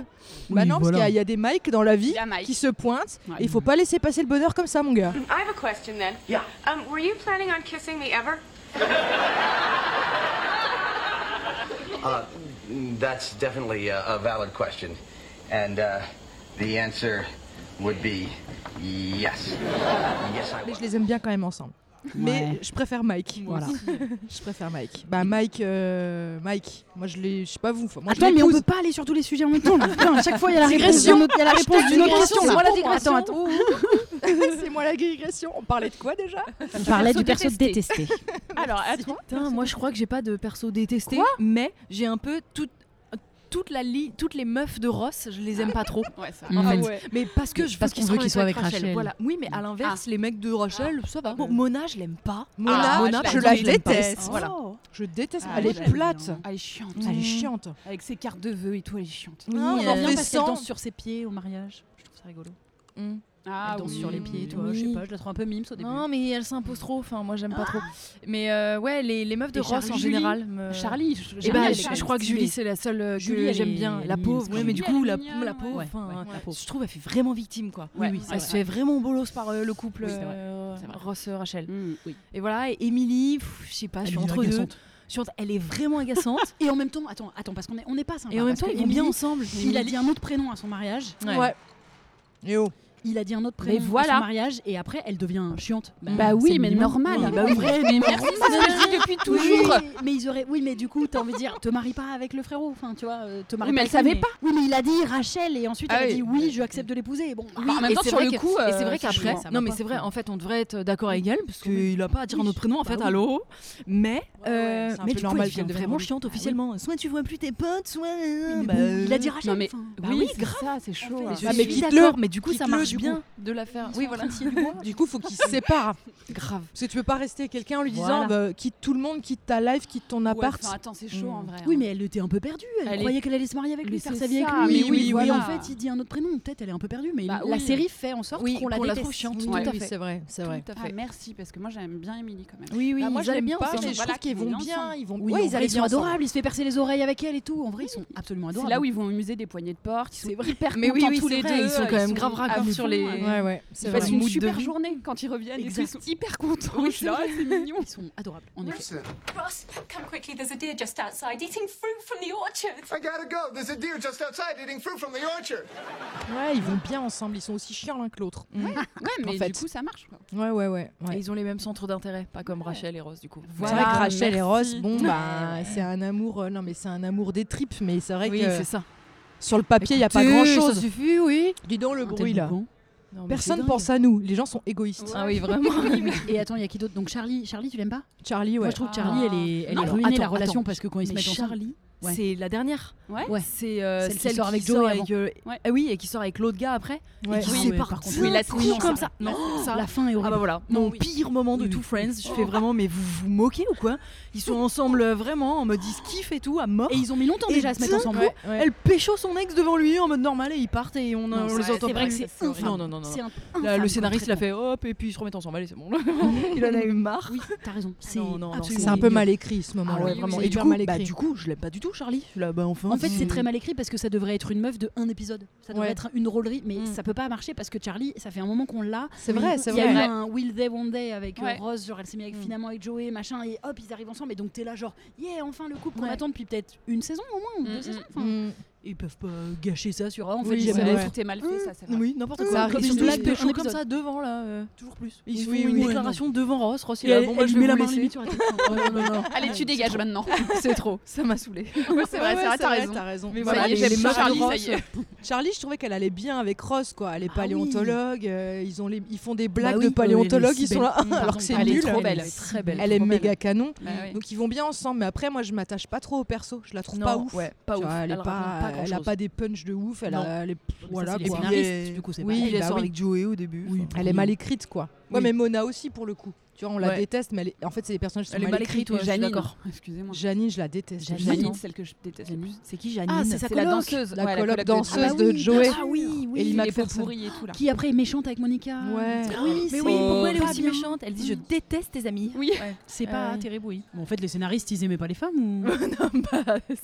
S1: Bah
S5: Oui,
S1: non, parce
S5: voilà.
S1: qu'il y a- il y, a des Mike dans la vie
S2: Il y a Mike.
S1: qui se pointent.
S5: Ouais.
S1: et Il faut pas laisser passer le bonheur comme ça, mon gars.
S10: I have a question then.
S7: Yeah.
S10: Um, were you planning on kissing me ever?
S11: Uh, that's definitely a, a valid question. And uh, the answer would be yes. Yes, I
S1: Mais je les aime bien quand même ensemble. Mais je préfère Mike.
S5: Voilà.
S1: Je préfère Mike. Bah Mike, euh, Mike. Moi je l'ai, je sais pas vous. enfin, Moi, je
S5: Attends, Ah, mais on
S1: l'épouse.
S5: peut pas aller sur tous les sujets en même temps. là. Putain, à chaque fois, il y a la réponse
S1: Digression.
S5: d'une autre- il y a la réponse d'une autre question. là.
S1: Attends, attends. c'est moi la digression. On parlait de quoi déjà
S5: On parlait
S2: Perso
S5: du perso
S2: détesté.
S5: détesté.
S2: Alors, à toi.
S6: Putain, moi je crois que j'ai pas de perso détesté, mais j'ai un peu tout toute la li- toutes les meufs de Ross, je les aime pas trop.
S2: Ouais, ça.
S6: en
S2: Ah
S6: fait.
S2: ouais.
S6: Mais parce que
S2: Mais
S6: je
S2: parce qu'on
S6: qu'ils
S2: veut
S6: soient
S2: qu'ils soient avec Rachel.
S6: Voilà. Oui, mais à l'inverse, les mecs de Rachel, ça va. Bon, Mona, je l'aime pas.
S1: Mona,
S6: Mona,
S1: je
S6: par
S1: la
S6: exemple, l'aime pas.
S1: déteste.
S6: Voilà.
S1: Oh. Je déteste.
S6: Ah, Mm.
S1: elle
S6: moi,
S1: est
S6: je l'aime
S1: plate.
S6: bien.
S2: Elle est chiante.
S1: Elle est chiante.
S5: Ah,
S2: Avec ses cartes de vœux et tout, elle est chiante.
S1: Oui, Non, elle
S2: elle
S1: en fait
S2: parce qu'elle
S1: cent.
S2: danse sur ses pieds au mariage. Je trouve ça rigolo.
S5: Ah,
S2: elle danse sur les pieds, toi. Je sais
S5: oui.
S2: pas, je la trouve un peu mimes au début.
S6: Non, mais elle s'impose trop. Enfin, moi, j'aime pas trop. Mais euh, ouais, les, les meufs de
S2: Et
S6: Ross en
S2: Charlie.
S6: général.
S1: euh,
S6: me-
S2: Charlie, je-
S6: Eh
S2: Charlie,
S6: ben,
S2: elle est
S6: je,
S2: quand
S6: je
S2: même
S6: crois que
S2: stylée.
S6: Julie, c'est la seule euh, que
S2: Julie, elle
S6: j'aime
S2: est-
S6: bien. La
S2: elle est
S6: pauvre. Ouais, mais du
S2: mignonne.
S6: coup, la,
S2: Elle est mignonne,
S6: la pauvre.
S2: ouais.
S6: enfin,
S2: Ouais, la pauvre.
S6: Je trouve, elle fait vraiment victime, quoi.
S2: Oui, oui, c'est
S6: elle
S2: vrai.
S6: se fait vraiment bolos par euh, le couple
S2: Oui, c'est vrai.
S6: euh,
S2: C'est vrai.
S6: Ross euh, Rachel.
S2: oui.
S6: Et voilà, et Emily, pff, je sais pas, je suis
S5: Elle est
S6: entre deux.
S5: agaçante.
S6: Je suis entre- Elle est vraiment agaçante.
S5: Et en même temps, attends, attends, parce qu'on est, on est pas sympa.
S6: Et en même
S5: parce
S6: temps,
S5: que
S6: ils vont bien
S5: Emily,
S6: ensemble.
S5: Il a dit un autre prénom à son mariage.
S6: Ouais. Ouais.
S1: Et oh.
S5: Il a dit un autre
S6: Mais
S5: prénom à
S6: voilà.
S5: son mariage et après elle devient chiante.
S2: Bah oui,
S5: c'est
S2: mais
S5: mignon.
S2: normal.
S5: Ouais, bah oui.
S2: Ouais, mais merci, c'est ce que je dis depuis
S5: Oui,
S2: toujours.
S5: mais ils auraient. Oui, mais du coup, t'as envie de dire, te marie pas avec le frérot. Enfin, tu vois, euh, te marie
S2: Oui, mais
S5: pas
S2: elle
S5: avec
S2: savait
S5: lui,
S2: pas.
S5: Oui, mais il a dit Rachel et ensuite
S6: Ah
S5: elle a
S6: oui.
S5: dit oui, je accepte de l'épouser. Bon,
S6: Oui,
S5: bah, en même
S6: et
S5: temps
S6: c'est
S5: sur
S6: vrai
S5: le
S6: que-
S5: coup,
S6: et c'est
S5: euh,
S6: vrai qu'après,
S5: ça va
S6: non
S5: pas.
S6: mais c'est vrai. En fait, on devrait être d'accord avec elle parce qu'il a pas à dire notre prénom en fait. Allô. Mais, euh,
S1: c'est un
S6: mais
S1: peu
S6: du coup,
S1: normal
S6: elle
S1: qu'elle
S6: devient
S1: devienne
S6: vraiment
S1: relou.
S6: chiante officiellement. Soit tu vois plus tes potes, soit.
S5: mais
S6: bah,
S5: bon, il a dit
S6: euh,
S5: Rachel.
S2: Non, mais-
S5: enfin,
S6: bah
S2: oui,
S6: oui,
S2: c'est
S6: grave.
S2: ça, c'est chaud.
S5: fait,
S2: hein.
S5: je
S1: Ah,
S6: Je
S1: mais
S6: suis
S1: quitte-le.
S6: d'accord, mais du coup, ça
S1: Quitte-le,
S6: marche
S1: du
S6: bien
S1: coup.
S6: de la faire.
S5: Ils
S6: Oui,
S5: sont en
S6: voilà.
S5: train de tirer du bois.
S1: Du coup, faut qu'ils se séparent.
S6: Grave.
S1: Parce que tu peux pas rester quelqu'un en lui disant bah, quitte tout le monde, quitte ta life, quitte ton
S2: Ouais,
S1: appart.
S2: enfin, attends, c'est chaud en vrai.
S5: Oui,
S2: hein.
S5: mais elle était un peu perdue. Elle,
S2: Elle
S5: croyait qu'elle allait se marier avec
S2: Mais
S5: lui, faire
S2: c'est
S5: sa vie avec
S2: ça,
S5: lui.
S2: mais
S5: Et
S2: oui,
S5: oui, en
S2: voilà.
S5: fait, il dit un autre prénom. Peut-être elle est un peu perdue, mais
S2: Bah
S5: la
S2: oui.
S5: série fait en sorte qu'on la déteste.
S6: trouve chiante.
S5: Oui,
S6: Tout
S2: Ouais,
S6: à
S2: oui,
S6: fait.
S1: c'est vrai, c'est vrai.
S6: Tout à
S2: Ah,
S6: fait.
S2: merci, parce que moi j'aime bien Emily quand même.
S1: Oui, oui,
S6: Bah, moi,
S1: ils
S6: je l'aime
S1: aiment
S6: bien
S1: pas,
S6: ensemble,
S1: mais je
S2: voilà,
S1: trouve qu'ils
S2: qu'ils
S1: vont
S2: vont
S1: bien,
S2: ensemble.
S1: ils vont ouais,
S5: Oui, en vrai, ils sont
S1: bien ensemble.
S5: adorables. Il se fait percer les oreilles avec elle et tout. En vrai, ils sont absolument
S2: C'est
S5: adorables.
S2: là où ils vont au musée des poignées de porte. Ils
S6: C'est
S2: sont hyper
S6: Mais oui,
S2: contents
S6: oui,
S2: tous
S6: c'est
S2: les
S6: vrai,
S2: deux.
S6: ils sont quand même grave
S2: hyper
S6: raccords
S2: sur les.
S1: Ouais, ouais, c'est
S2: Ils
S1: vrai.
S2: passent une
S6: Mood de
S2: super
S6: vie.
S2: journée quand ils reviennent. et tout, Ils
S6: Exact.
S2: sont hyper contents.
S6: Oui, c'est
S2: là, c'est mignon.
S5: Ils sont adorables, en effet.
S7: Listen,
S10: Ross, come quickly. There's a deer just outside eating fruit from the orchard.
S7: I gotta go. There's a deer just outside eating fruit from the orchard.
S1: Ouais, ils vont bien ensemble, ils sont aussi chiants l'un que l'autre. Mm.
S2: Ouais,
S1: En
S2: mais
S1: fait.
S2: du coup ça marche. quoi.
S1: Ouais, ouais, ouais. ouais.
S6: Et ils ont les mêmes centres d'intérêt, pas comme Rachel et Rose du coup.
S1: C'est vrai que Rachel et Ross, bon, bah, c'est un amour, euh, non mais c'est un amour des tripes, mais c'est vrai
S6: Oui,
S1: que
S6: c'est ça.
S1: sur le papier, il n'y a pas
S6: Écoutez,
S1: grand
S6: Ça
S1: chose.
S6: suffit, oui.
S1: Dis donc le bruit là.
S6: Non, mais c'est
S1: Personne
S6: dingue.
S1: pense à nous, les gens sont égoïstes.
S6: Ah oui, vraiment.
S5: Et attends, il y a qui d'autre Donc Charlie, Charlie, tu l'aimes pas
S1: Charlie, ouais.
S5: Moi, je trouve que Charlie,
S2: Ah.
S5: elle est, elle
S6: Non,
S5: est
S6: alors,
S5: ruinée la
S6: attends,
S5: relation
S6: attends.
S5: parce que quand ils se
S6: Mais
S5: mettent ensemble.
S6: Charlie,
S5: Ouais.
S6: c'est la dernière.
S2: Ouais.
S5: Ouais.
S6: C'est euh,
S5: Celle qui
S6: celle
S5: sort avec
S6: qui
S5: Joey
S6: sort
S5: avant.
S6: avec, euh,
S2: Ouais.
S6: ah oui, et qui sort avec l'autre gars après.
S1: Ouais.
S6: Et qui
S5: Ah
S6: se
S5: ouais,
S6: sépare
S5: par contre,
S6: tout
S5: oui, là,
S6: d'un
S5: c'est
S6: coup,
S5: chiant,
S6: comme
S5: ça.
S6: ça. Non, ça.
S5: La fin est
S6: Ah bah
S5: horrible.
S6: voilà,
S5: Non,
S6: mon
S5: oui.
S6: pire moment de
S5: Oui,
S6: tout
S5: oui.
S6: Friends. Je fais vraiment, mais vous vous moquez ou quoi Ils sont ensemble euh, vraiment en mode ils se kiffent et tout, à mort.
S5: Et ils ont mis longtemps
S6: Et
S5: déjà à se mettre
S6: dingue,
S5: ensemble.
S1: Ouais, ouais.
S6: Elle pécho son ex devant lui en mode normal et ils partent et on,
S5: Non,
S6: on
S5: c'est
S6: les
S5: vrai,
S6: entend
S5: c'est
S6: pas.
S5: vrai que c'est infâme.
S6: Non, non, non. non.
S5: C'est un-
S6: Là,
S5: infâme
S6: le
S5: comme
S6: scénariste l'a
S5: traitement.
S6: fait hop et puis ils se remettent ensemble, allez c'est bon. Il en a eu marre.
S5: Oui, t'as raison. C'est
S6: non, non,
S5: absolument
S1: C'est un peu
S5: ignoble.
S1: mal écrit ce moment-là.
S5: Ah
S1: ouais,
S5: oui,
S1: vraiment.
S5: oui,
S1: Et
S5: oui.
S1: du
S5: hyper
S1: coup, mal
S6: bah,
S1: écrit.
S6: du coup, je l'aime pas du tout Charlie. Là, bah enfin.
S5: En fait, c'est très mal écrit parce que ça devrait être une meuf de un épisode. Ça devrait
S1: Ouais.
S5: être une rôlerie, mais
S6: Mm.
S5: ça peut pas marcher parce que Charlie, ça fait un moment qu'on l'a.
S1: C'est vrai, c'est vrai.
S5: Il y a eu un Will They One Day avec euh,
S2: Ouais.
S5: Rose, genre elle s'est mise avec,
S1: Mm.
S5: finalement avec Joey, machin, et hop, ils arrivent ensemble. Et donc t'es là, genre, yeah, enfin le couple qu'on
S1: Ouais.
S5: attend depuis peut-être une saison au moins, ou deux
S2: Mm,
S5: saisons.
S2: mm,
S5: enfin.
S1: Mm.
S5: hein. Ils peuvent pas gâcher ça sur. Ah, en fait,
S1: Oui,
S5: j'aime
S1: c'est
S5: les-
S1: vrai.
S2: Tout est mal fait, ça c'est vrai.
S6: Oui, n'importe
S1: Ça
S6: quoi.
S1: arrive
S6: Comme
S1: surtout
S6: ils
S1: avec
S6: se
S1: un
S6: pécho comme
S5: épisode.
S6: ça devant là. euh, toujours plus. Ils
S1: Oui,
S6: font
S1: oui,
S6: une
S1: oui.
S6: déclaration devant Ross. Ross il
S5: Et
S6: est là,
S5: elle-
S6: bon, bah,
S5: elle
S6: je
S5: lui met
S6: vais
S5: la
S6: vous
S5: main
S6: laisser.
S5: limite sur la tête. Oh, non, non, non.
S2: Allez, tu dégages maintenant.
S6: C'est trop. Ça m'a saoulé.
S2: c'est vrai,
S1: Ouais,
S2: c'est vrai,
S1: c'est
S2: t'as
S1: vrai,
S2: raison.
S1: t'as raison.
S2: Mais
S1: Ouais,
S2: voilà,
S1: les-
S2: j'aime
S1: les meufs de
S2: Charlie,
S1: Ross,
S2: ça y est.
S1: Charlie, je trouvais qu'elle allait bien avec Ross, quoi. Elle est
S5: Ah
S1: paléontologue, euh, ils, ont les- ils font des blagues
S5: oui,
S1: de paléontologues,
S5: oui,
S1: ils sont là, alors que c'est
S5: elle est
S1: nul.
S5: trop belle.
S6: Elle est très belle.
S1: Elle est méga canon.
S2: Bah ouais.
S1: Donc ils vont bien ensemble, mais après, moi, je m'attache pas trop au perso. Je la trouve
S6: Non,
S1: pas ouf.
S6: ouais, pas
S1: Tu vois,
S6: ouf.
S1: Elle, est
S6: Elle
S1: pas,
S6: raconte pas
S1: elle a
S6: grand-chose.
S1: pas des punchs de ouf. Elle, a, elle est voilà
S5: c'est les
S1: quoi.
S5: scénaristes,
S1: Et-
S5: du coup, c'est
S1: oui,
S5: pas
S6: Oui,
S5: elle.
S6: il
S1: bah
S6: est
S1: oui.
S6: avec Joey au début.
S5: Oui,
S1: Elle est mal écrite quoi. Ouais,
S6: Oui.
S1: mais Mona aussi pour le coup. Tu vois, on la
S6: Ouais.
S1: déteste, mais elle est- en fait, c'est des personnages qui sont
S6: Elle est mal écrite,
S1: écrits.
S6: ouais, je suis
S2: Janine.
S6: d'accord.
S2: Excusez-moi.
S1: Janine, je la déteste.
S2: Janine, celle que je déteste le plus.
S6: C'est qui Janine
S5: Ah, c'est sa
S2: C'est la
S5: coloc.
S2: danseuse.
S1: La
S2: Ouais,
S1: coloc
S2: de-
S1: danseuse
S2: Ah bah
S1: de
S5: oui,
S1: Joey.
S5: Ah oui, oui.
S1: Ellie
S2: oui, les peaux
S1: McPherson.
S2: pourries et tout là.
S5: Qui après est méchante avec Monica. Ah
S1: Ouais.
S5: Oui,
S6: Mais
S5: c'est-
S6: oui, pourquoi elle est
S5: pas
S6: aussi
S5: bien. Mm.
S6: méchante Elle dit Je déteste tes amis.
S2: Oui.
S5: C'est
S6: Euh,
S5: pas
S6: oui.
S5: terrible, oui. en fait, les scénaristes, ils aimaient pas les femmes ou.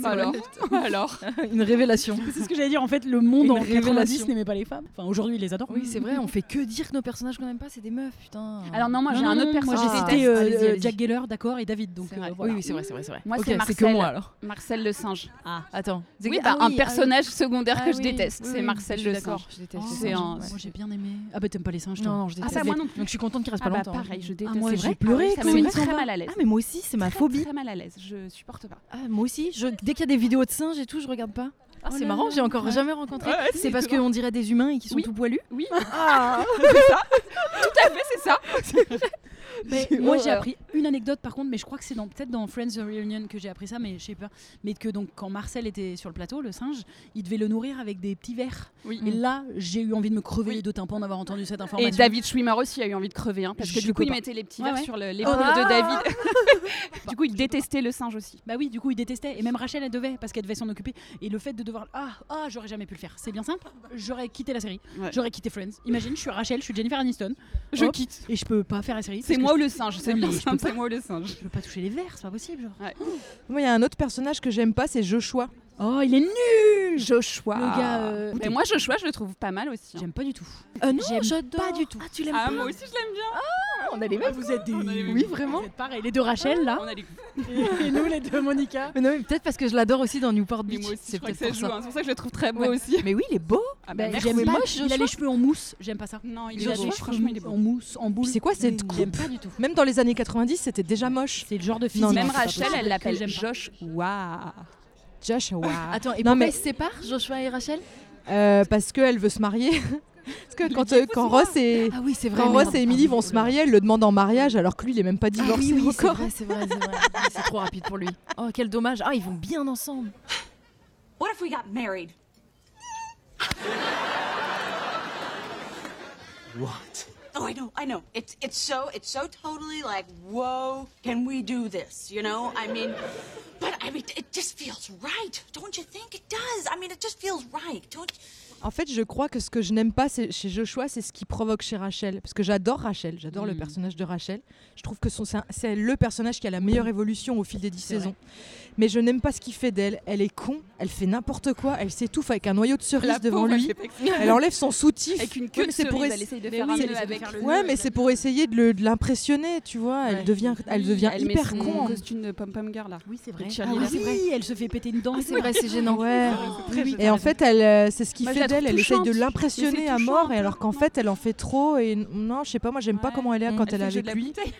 S2: Alors, alors.
S6: Une révélation.
S5: C'est ce que j'allais dire. En fait, le monde
S6: Une
S5: en 90
S6: révélation.
S5: n'aimait pas les femmes. Enfin, aujourd'hui, ils les adorent.
S6: Oui, c'est vrai, on fait que dire que nos personnages qu'on aime pas, c'est des meufs, putain.
S2: Alors non, moi
S5: Non,
S2: j'ai
S5: non,
S2: un
S5: non,
S2: autre personnage.
S5: Moi, j'ai
S6: Ah,
S5: cité euh,
S6: allez-y,
S5: euh,
S6: allez-y.
S5: Jack Geller, d'accord, et David. Donc,
S2: C'est vrai.
S5: euh, voilà.
S6: Oui, oui, c'est vrai, c'est vrai, c'est vrai.
S2: Moi
S6: ok,
S2: c'est
S6: c'est que
S2: Marcel.
S6: moi alors.
S2: Marcel le singe.
S6: Attends.
S2: C'est
S6: Oui,
S2: que-
S6: ah
S2: un
S6: oui, ah
S2: personnage secondaire
S6: Ah
S2: que je
S6: oui,
S2: déteste.
S6: oui,
S2: c'est
S6: oui,
S2: Marcel
S6: je suis
S2: le
S6: d'accord,
S2: singe.
S6: Je déteste.
S5: Oh,
S2: c'est un-
S5: Moi, j'ai bien aimé. Ah, bah, t'aimes pas les singes, toi
S6: Non, non, je
S2: Ah
S6: déteste.
S2: ça moi non plus.
S6: Donc je suis contente qu'il reste
S2: Ah
S6: pas
S2: bah
S6: longtemps.
S2: pareil, je déteste.
S5: Ah, moi,
S2: C'est
S5: j'ai
S2: vrai
S5: pleuré,
S2: Ah oui,
S5: quand
S2: Ça me
S5: ils
S2: met
S5: sont
S2: très
S5: bas.
S2: mal à l'aise.
S6: Ah, mais moi aussi, c'est ma
S2: Très,
S6: phobie.
S2: Très mal à l'aise. Je supporte pas.
S6: Ah, moi aussi, je- dès qu'il y a des vidéos de singes et tout, je regarde pas. Ah,
S2: Oh
S6: c'est
S2: là
S6: marrant,
S2: là,
S6: j'ai encore
S2: ouais.
S6: jamais rencontré.
S2: Ouais,
S6: c'est parce
S2: étonnant.
S6: qu'on dirait des humains et qu'ils sont
S2: Oui.
S6: tout poilus.
S2: Oui.
S6: Ah
S2: Tout à fait, c'est ça.
S5: Mais
S6: C'est
S5: moi j'ai
S6: horreur.
S5: appris une anecdote par contre, mais je crois que c'est dans peut-être dans Friends Reunion que j'ai appris ça, mais je sais pas. Mais que donc quand Marcel était sur le plateau, le singe, il devait le nourrir avec des petits verres.
S2: Oui.
S5: Et là j'ai eu envie de me crever les deux tympans d'avoir entendu cette information.
S2: Mm. Et David Schwimmer aussi a eu envie de crever, hein, parce que
S5: Je
S2: du coup, il
S5: peux pas.
S2: mettait les petits
S5: Ouais,
S2: verres
S5: ouais.
S2: sur le- les
S5: Oh
S2: l'épaule
S5: là
S2: de
S5: là.
S2: David. du coup, il détestait le singe aussi.
S5: Bah oui, du coup il détestait. Et même Rachel elle devait parce qu'elle devait s'en occuper. Et le fait de devoir ah ah j'aurais jamais pu le faire. C'est bien simple. J'aurais quitté la série.
S2: Ouais.
S5: J'aurais quitté Friends. Imagine, je suis Rachel, je suis Jennifer Aniston.
S2: Je
S5: Hop,
S2: quitte.
S5: Et je peux pas faire la série.
S2: C'est
S5: parce que
S2: moi
S5: je-
S2: ou le singe, c'est
S5: Non,
S2: bien
S5: mais je
S2: simple,
S5: peux
S2: c'est
S5: pas.
S2: moi ou le singe.
S5: Je peux pas toucher les verres, c'est pas possible. Genre.
S1: Moi, il y a un autre personnage que j'aime pas, c'est Joshua.
S5: Oh, il est nul
S1: Joshua
S5: Le gars, euh,
S2: Mais moi, Joshua, je le trouve pas mal aussi.
S5: J'aime pas du tout.
S6: Euh, non,
S5: J'aime
S6: j'adore.
S5: pas du tout.
S6: Ah, tu l'aimes
S2: Ah,
S6: pas
S2: moi aussi, je l'aime bien.
S6: On a les mêmes.
S5: Vous êtes des.
S6: Oui, vraiment.
S5: Vous êtes pareil, les deux Rachel là.
S2: On a les
S5: et nous les deux Monica.
S6: Mais non, mais peut-être parce que je l'adore aussi dans Newport
S2: Mais
S6: Beach.
S2: moi aussi,
S6: c'est
S2: je crois que
S6: peut-être
S2: ça
S6: pour
S2: joue.
S6: ça.
S2: hein. C'est pour ça que je le trouve très beau
S6: Ouais.
S2: aussi.
S6: Mais oui, il est beau.
S2: Ah bah,
S5: Bah,
S2: merci.
S5: j'aime
S6: mais
S5: pas,
S6: moche,
S5: il a
S6: Joshua.
S5: les cheveux en mousse, j'aime pas ça.
S2: Non, il
S5: Il
S2: est
S5: a
S2: beau.
S5: des
S2: Franchement, il est
S5: cheveux
S2: beau.
S5: en mousse, en boule.
S1: Puis c'est quoi cette coupe
S5: J'aime pas du tout.
S1: Même dans les années 90, c'était déjà moche.
S5: C'est le genre de physique.
S1: Non,
S2: Même
S1: non, c'est pas
S2: Rachel,
S1: possible
S2: elle l'appelle
S5: j'aime pas.
S2: Josh. Waouh.
S1: Joshua.
S6: Ah, Attends, et
S1: Non,
S6: pourquoi
S1: mais-
S6: ils se séparent, Joshua et Rachel
S1: Euh, parce qu'elle veut se marier. parce que quand, euh, quand Ross et
S6: Ah oui, c'est vrai.
S1: quand
S6: merde.
S1: Ross et Emily vont se marier, elle le demande en mariage alors que lui, il est même pas
S6: Ah oui,
S1: divorcé
S6: oui, c'est
S1: encore.
S6: vrai, c'est vrai, c'est vrai. Ah, C'est trop rapide pour lui. Oh, quel dommage. Ah, ils vont bien ensemble.
S10: What if we got married?
S8: What?
S10: Oh, I know, I know. It's it's so it's so totally like, whoa, can we do this? You know, I mean, but I mean, it just feels right, don't you think? It does. I mean, it just feels right, don't?
S1: En fait, je crois que ce que je n'aime pas c'est- chez Joshua, c'est ce qui provoque chez Rachel. Parce que j'adore Rachel, j'adore
S2: Mm.
S1: le personnage de Rachel. Je trouve que son- c'est un- c'est le personnage qui a la meilleure évolution au fil des dix saisons. Mais je n'aime pas ce qu'il fait d'elle. Elle est con, elle fait n'importe quoi, elle s'étouffe avec un noyau de cerise
S2: La
S1: devant
S2: pauvre, elle
S1: lui.
S2: fait pas exprès.
S1: Elle enlève son soutif.
S2: Avec une
S1: Oui,
S2: queue
S1: mais
S2: de
S1: c'est
S2: cerise,
S1: pour
S2: elle
S1: ess-
S2: essaye de
S5: Mais
S2: faire
S5: oui,
S2: un
S5: elle
S2: nœud
S5: essaye de
S2: avec
S5: faire le
S2: le
S1: Ouais, mais c'est pour essayer de le- de l'impressionner, tu vois. Elle
S6: Ouais.
S1: devient, elle devient
S2: Elle met
S1: hyper
S2: son
S1: con.
S2: costume de pom-pom girl là.
S5: Oui, c'est vrai.
S2: Et
S5: Ah
S2: cheerleader.
S5: oui,
S6: c'est vrai.
S5: elle se fait péter une dent.
S6: Ah, c'est vrai, Ah c'est gênant.
S1: Ouais.
S2: Très
S5: oui.
S2: jeune.
S1: Et en fait, elle, euh, c'est ce qui
S2: Moi,
S1: fait
S2: je la
S1: d'elle.
S2: trouve
S1: Elle essaye de
S2: touchante. Mais
S1: l'impressionner
S2: c'est
S1: à
S2: touchant,
S1: mort,
S2: un
S1: et
S2: peu,
S1: alors qu'en
S2: non
S1: fait, elle en fait trop. Et n- non, je sais pas, moi, j'aime pas
S2: Ouais.
S1: comment elle est quand elle
S2: Elle
S1: est
S2: fait le jeu de
S1: avec
S2: la
S1: lui.
S2: bouteille.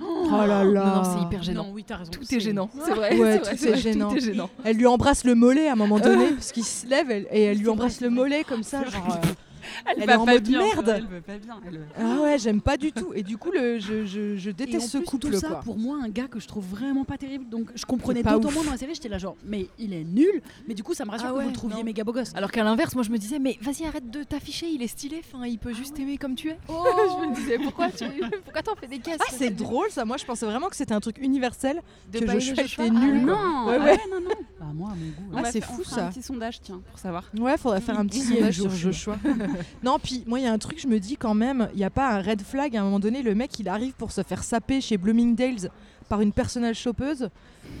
S1: Oh là là.
S6: Non, non, c'est hyper gênant.
S5: Non, oui, t'as raison.
S6: Tout
S5: c'est-
S6: est gênant, c'est vrai.
S1: Ouais,
S6: c'est
S1: tout
S6: vrai,
S1: est
S6: c'est vrai,
S1: gênant.
S6: Tout est gênant.
S1: Elle lui embrasse le mollet à un
S2: Euh.
S1: moment donné, parce qu'il se lève elle- et elle lui embrasse le mollet comme ça. genre, euh,
S2: Elle,
S1: Elle
S2: va
S1: est en
S2: pas
S1: mode
S2: bien,
S1: merde.
S2: tu vois, Elle va pas bien. elle-
S1: Ah ouais, j'aime pas du tout. Et du coup, le, je, je, je
S5: Et en
S1: déteste ce
S5: plus,
S1: couple.
S5: tout ça
S1: quoi.
S5: pour moi un gars que je trouve vraiment pas terrible donc je comprenais
S1: C'est pas
S5: d'autant
S1: ouf.
S5: moins dans la série j'étais là genre mais il est nul mais du coup ça me rassure
S6: Ah
S5: que vous
S6: ouais,
S5: le trouviez
S6: non.
S5: méga beau gosse
S6: Alors qu'à l'inverse, moi je me disais, mais vas-y, arrête de t'afficher, il est stylé, enfin, il
S5: Ah
S6: peut juste t'aimer comme tu es. je me disais, pourquoi tu pourquoi t'en fais des caisses
S1: Ah, c'est drôle ça. Moi, je pensais vraiment que c'était un truc universel.
S6: De
S1: que
S6: pas aimer
S1: Joshua
S6: Joshua.
S1: était
S6: Ah,
S1: nul. quoi.
S2: Non,
S1: Ouais,
S2: ah
S1: ouais.
S2: non, non.
S5: bah moi à mon goût
S1: Ah,
S2: On va
S1: c'est
S2: faire-
S1: fou,
S2: on fera
S1: ça.
S2: Un petit sondage, tiens, pour savoir.
S1: Ouais, faudrait faire un petit
S5: Qui aime
S1: sondage sur
S5: Joshua
S1: Joshua. non, puis moi, il y a un truc, je me dis quand même, il n'y a pas un red flag à un moment donné. Le mec, il arrive pour se faire saper chez Bloomingdale's par une personnelle chopeuse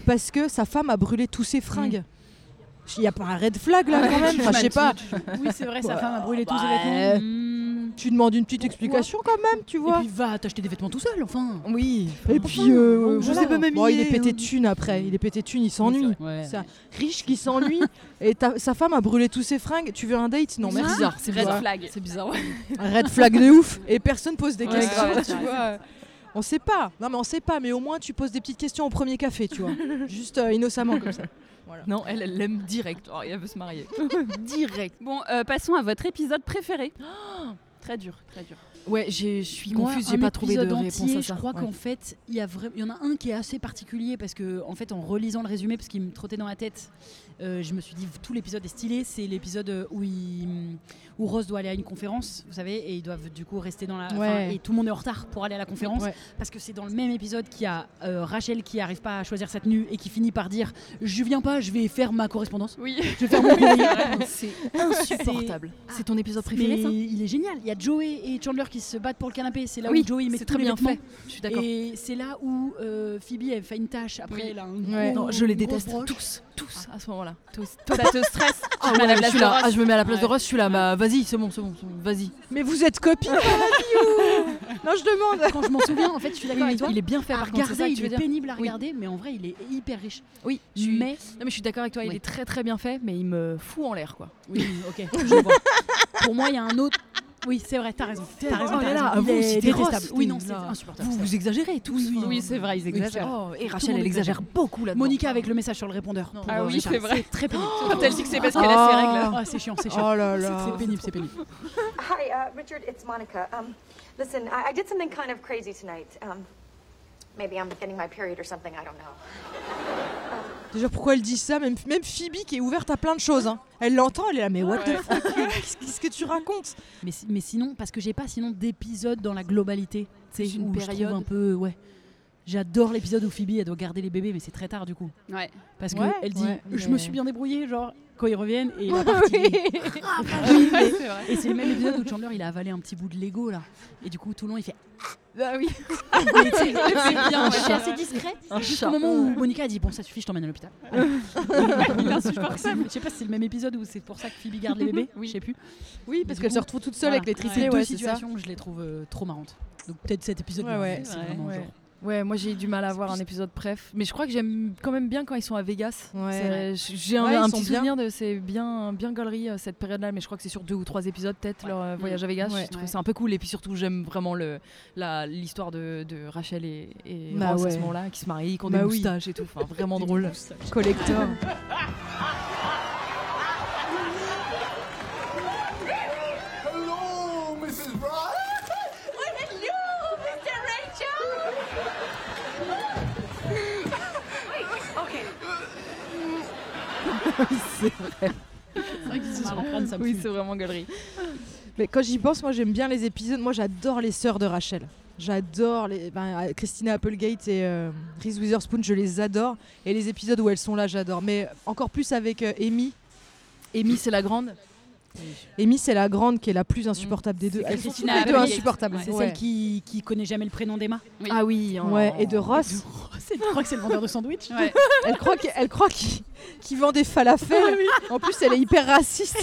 S1: parce que sa femme a brûlé tous ses fringues. Il n'y a pas un red flag là Ah, quand même. Enfin, je sais pas,
S5: hein. oui c'est vrai sa
S1: Bah,
S5: femme a brûlé tous ses
S1: bah,
S5: vêtements
S1: euh,
S5: Mm.
S1: tu demandes une petite explication quand même, tu
S5: et
S1: vois.
S5: puis va t'acheter des vêtements tout seul enfin
S1: Oui. Et puis,
S5: Enfin,
S1: euh,
S5: bon,
S1: je
S5: voilà.
S1: sais pas même. Bon, il est
S5: Hein.
S1: pété de thunes après. Il est pété de thunes, il s'ennuie. C'est un riche qui s'ennuie et ta- sa femme a brûlé tous ses fringues. Tu veux un date Non,
S6: C'est
S1: merci.
S6: bizarre, c'est
S2: Red
S6: bizarre.
S2: flag.
S6: C'est bizarre.
S1: Un red flag de ouf et personne pose des
S2: Ouais,
S1: questions,
S2: grave,
S1: tu vois. On sait pas. Non mais on sait pas, mais au moins tu poses des petites questions au premier café, tu vois. Juste euh, innocemment comme ça.
S6: Non, elle, elle l'aime direct. Oh, elle veut se marier.
S2: Direct. Bon, euh, passons à votre épisode préféré. Très dur, très dur.
S6: Ouais, j'ai- je suis
S5: Moi,
S6: confuse,
S5: un
S6: j'ai pas trouvé de
S5: épisode
S6: réponse
S5: entier,
S6: à ça.
S5: Je crois
S6: Ouais.
S5: qu'en fait, il y, a vra- il y en a un qui est assez particulier parce que, en fait, en relisant le résumé, parce qu'il me trottait dans la tête, euh, je me suis dit tout l'épisode est stylé. C'est l'épisode où, il- où Rose doit aller à une conférence, vous savez, et ils doivent du coup rester dans la. enfin,
S1: Ouais.
S5: Et tout le monde est en retard pour aller à la conférence
S1: Ouais.
S5: parce que c'est dans le même épisode qu'il y a euh, Rachel qui arrive pas à choisir sa tenue et qui finit par dire Je viens pas, je vais faire ma correspondance.
S2: Oui.
S5: Je vais faire mon courrier.
S6: C'est insupportable. C'est ton épisode préféré,
S5: Mais
S6: ça
S5: il est génial. Il y a Joey et Chandler qui se battent pour le canapé. C'est là
S6: Oui,
S5: où Joey met
S6: c'est
S5: tous
S6: très
S5: les
S6: bien
S5: vêtements.
S6: fait. Je suis d'accord.
S5: Et c'est là où euh, Phoebe elle fait une tâche après
S2: Oui.
S5: elle a un
S1: Ouais.
S5: gros-
S6: Non, je les
S5: une grosse
S6: déteste
S5: broche.
S6: tous, tous à ce moment-là. Tous.
S2: Ça bah, te stresse.
S6: Ah,
S2: me mets à la
S6: ouais, je
S2: place
S6: suis
S2: de
S6: là.
S2: Ross.
S6: Ah, je me mets à la place de
S2: Ouais.
S6: Ross, je suis là. Bah, vas-y, c'est bon, c'est bon, c'est bon, vas-y.
S1: Mais vous êtes copine dans la vie, ou- Non, je demande.
S5: Quand je m'en souviens, en fait, je suis d'accord avec toi.
S6: Il est bien fait
S5: à
S6: par contre, c'est
S5: regarder,
S6: ça que
S5: il
S6: tu veux
S5: est
S6: dire
S5: pénible à
S6: Oui.
S5: regarder, mais en vrai, il est hyper riche.
S6: Oui, je suis-
S5: Mais
S6: Non, mais je suis d'accord avec toi, il
S5: Oui.
S6: est très très bien fait, mais il me fout en l'air quoi.
S5: oui, ok, je vois. Pour moi, il y a un autre. Oui, c'est vrai, t'as raison. T'as raison.
S6: Oh
S5: t'as
S6: là là,
S5: raison.
S6: vous,
S5: Il est
S6: c'était
S5: détestable.
S6: Ross,
S5: Oui, non,
S6: c'était-
S5: c'est
S6: là.
S5: insupportable.
S6: Vous, vous exagérez tous.
S5: Oui,
S6: enfin.
S5: oui, c'est vrai, ils
S6: Oui,
S5: exagèrent.
S6: oh,
S5: Tout
S6: et
S5: le
S6: Rachel,
S5: monde
S6: elle exagère
S5: exagère.
S6: beaucoup là-dedans.
S5: Monica avec le message sur le répondeur. pour,
S6: Ah
S5: euh,
S6: oui,
S5: Richard.
S6: c'est vrai.
S5: très pénible.
S6: Quand elle dit que c'est parce qu'elle a ses règles.
S5: Ah, c'est chiant, c'est chiant.
S1: Oh là là.
S5: C'est pénible, c'est pénible.
S12: Hi, uh, Richard, it's Monica. Um, listen, I, I did something kind of crazy tonight. Um, maybe I'm getting my period or something, I don't know.
S1: Déjà, pourquoi elle dit ça même, même Phoebe qui est ouverte à plein de choses. hein. Elle l'entend, elle est là, mais what the fuck Qu'est-ce qu'est-ce que tu racontes
S5: mais, si- mais sinon, parce que j'ai pas sinon d'épisode dans la globalité. C'est
S2: une
S5: une période
S2: période.
S5: un peu. Ouais. J'adore l'épisode où Phoebe elle doit garder les bébés, mais c'est très tard du coup.
S2: Ouais.
S5: Parce que
S2: Ouais,
S5: elle dit
S2: ouais,
S5: Je
S2: mais-
S5: me suis bien débrouillée, genre quand ils reviennent et
S2: Oui.
S5: la partie est ravagée.
S2: Ouais, c'est vrai.
S5: Et c'est le même épisode où Chandler il a avalé un petit bout de Lego là. Et du coup, tout le long il fait
S2: Bah oui.
S5: Mais tu sais,
S2: C'est bien, ouais.
S5: C'est assez discret.
S2: Un
S5: Jusqu'au
S2: chat.
S5: moment où Monica a dit Bon, ça suffit, je t'emmène à l'hôpital.
S2: Il est insupportable.
S5: Je sais pas si c'est le même épisode où c'est pour ça que Phoebe garde les bébés. Je sais plus.
S1: Oui, parce
S5: Mais du
S1: qu'elle
S5: coup,
S1: se retrouve toute seule
S6: Ah.
S1: avec les triplés,
S5: Ces
S1: ouais,
S5: deux
S1: c'est ça.
S5: situations, je les trouve euh, trop marrantes. Donc peut-être cet épisode.
S6: Ouais,
S5: mais
S6: ouais.
S5: c'est
S6: Ouais.
S5: vraiment
S6: Ouais.
S5: genre-
S6: Ouais, moi j'ai eu du mal à voir un épisode préf, mais je crois que j'aime quand même bien quand ils sont à Vegas. Euh,
S1: Ouais.
S6: C'est- J'ai un,
S1: Ouais, ils
S6: un
S1: sont
S6: petit
S1: bien.
S6: souvenir de c'est bien bien gaulerie euh, cette période-là, mais je crois que c'est sur deux ou trois épisodes peut-être leur euh, voyage à Vegas.
S1: Ouais.
S6: Je trouve
S1: Ouais.
S6: c'est un peu cool et puis surtout j'aime vraiment le la- l'histoire de, de Rachel et, et
S1: Bah
S6: Ross à
S1: ouais.
S6: ce moment-là qui se marient, qui ont
S1: Bah
S6: des
S1: oui.
S6: moustaches et tout, enfin vraiment drôle.
S1: Collector.
S7: Hello, Mrs. Brown.
S9: What a you, Mr. Rachel! Wait, okay.
S1: c'est vrai.
S5: vrai qu'ils se sont en train de ça me
S6: Oui,
S5: fume.
S6: c'est vraiment galerie.
S1: Mais quand j'y pense, moi j'aime bien les épisodes. Moi j'adore les sœurs de Rachel. J'adore les. ben, euh, Christina Applegate et euh, Reese Witherspoon, je les adore. Et les épisodes où elles sont là, j'adore. Mais encore plus avec euh, Amy.
S6: Amy, c'est la grande
S1: Amy, c'est la grande qui est la plus insupportable des deux. Elles sont toutes les deux insupportables.
S5: C'est
S1: Ouais.
S5: celle qui, qui connaît jamais le prénom d'Emma.
S6: Ah oui. hein.
S1: Ouais, et Oh, de Ross.
S5: Elle croit que c'est le vendeur de sandwich.
S6: Ouais.
S1: Elle croit qu'il elle croit qu'il- qu'il vend des falafels. En plus, Ah elle est hyper raciste.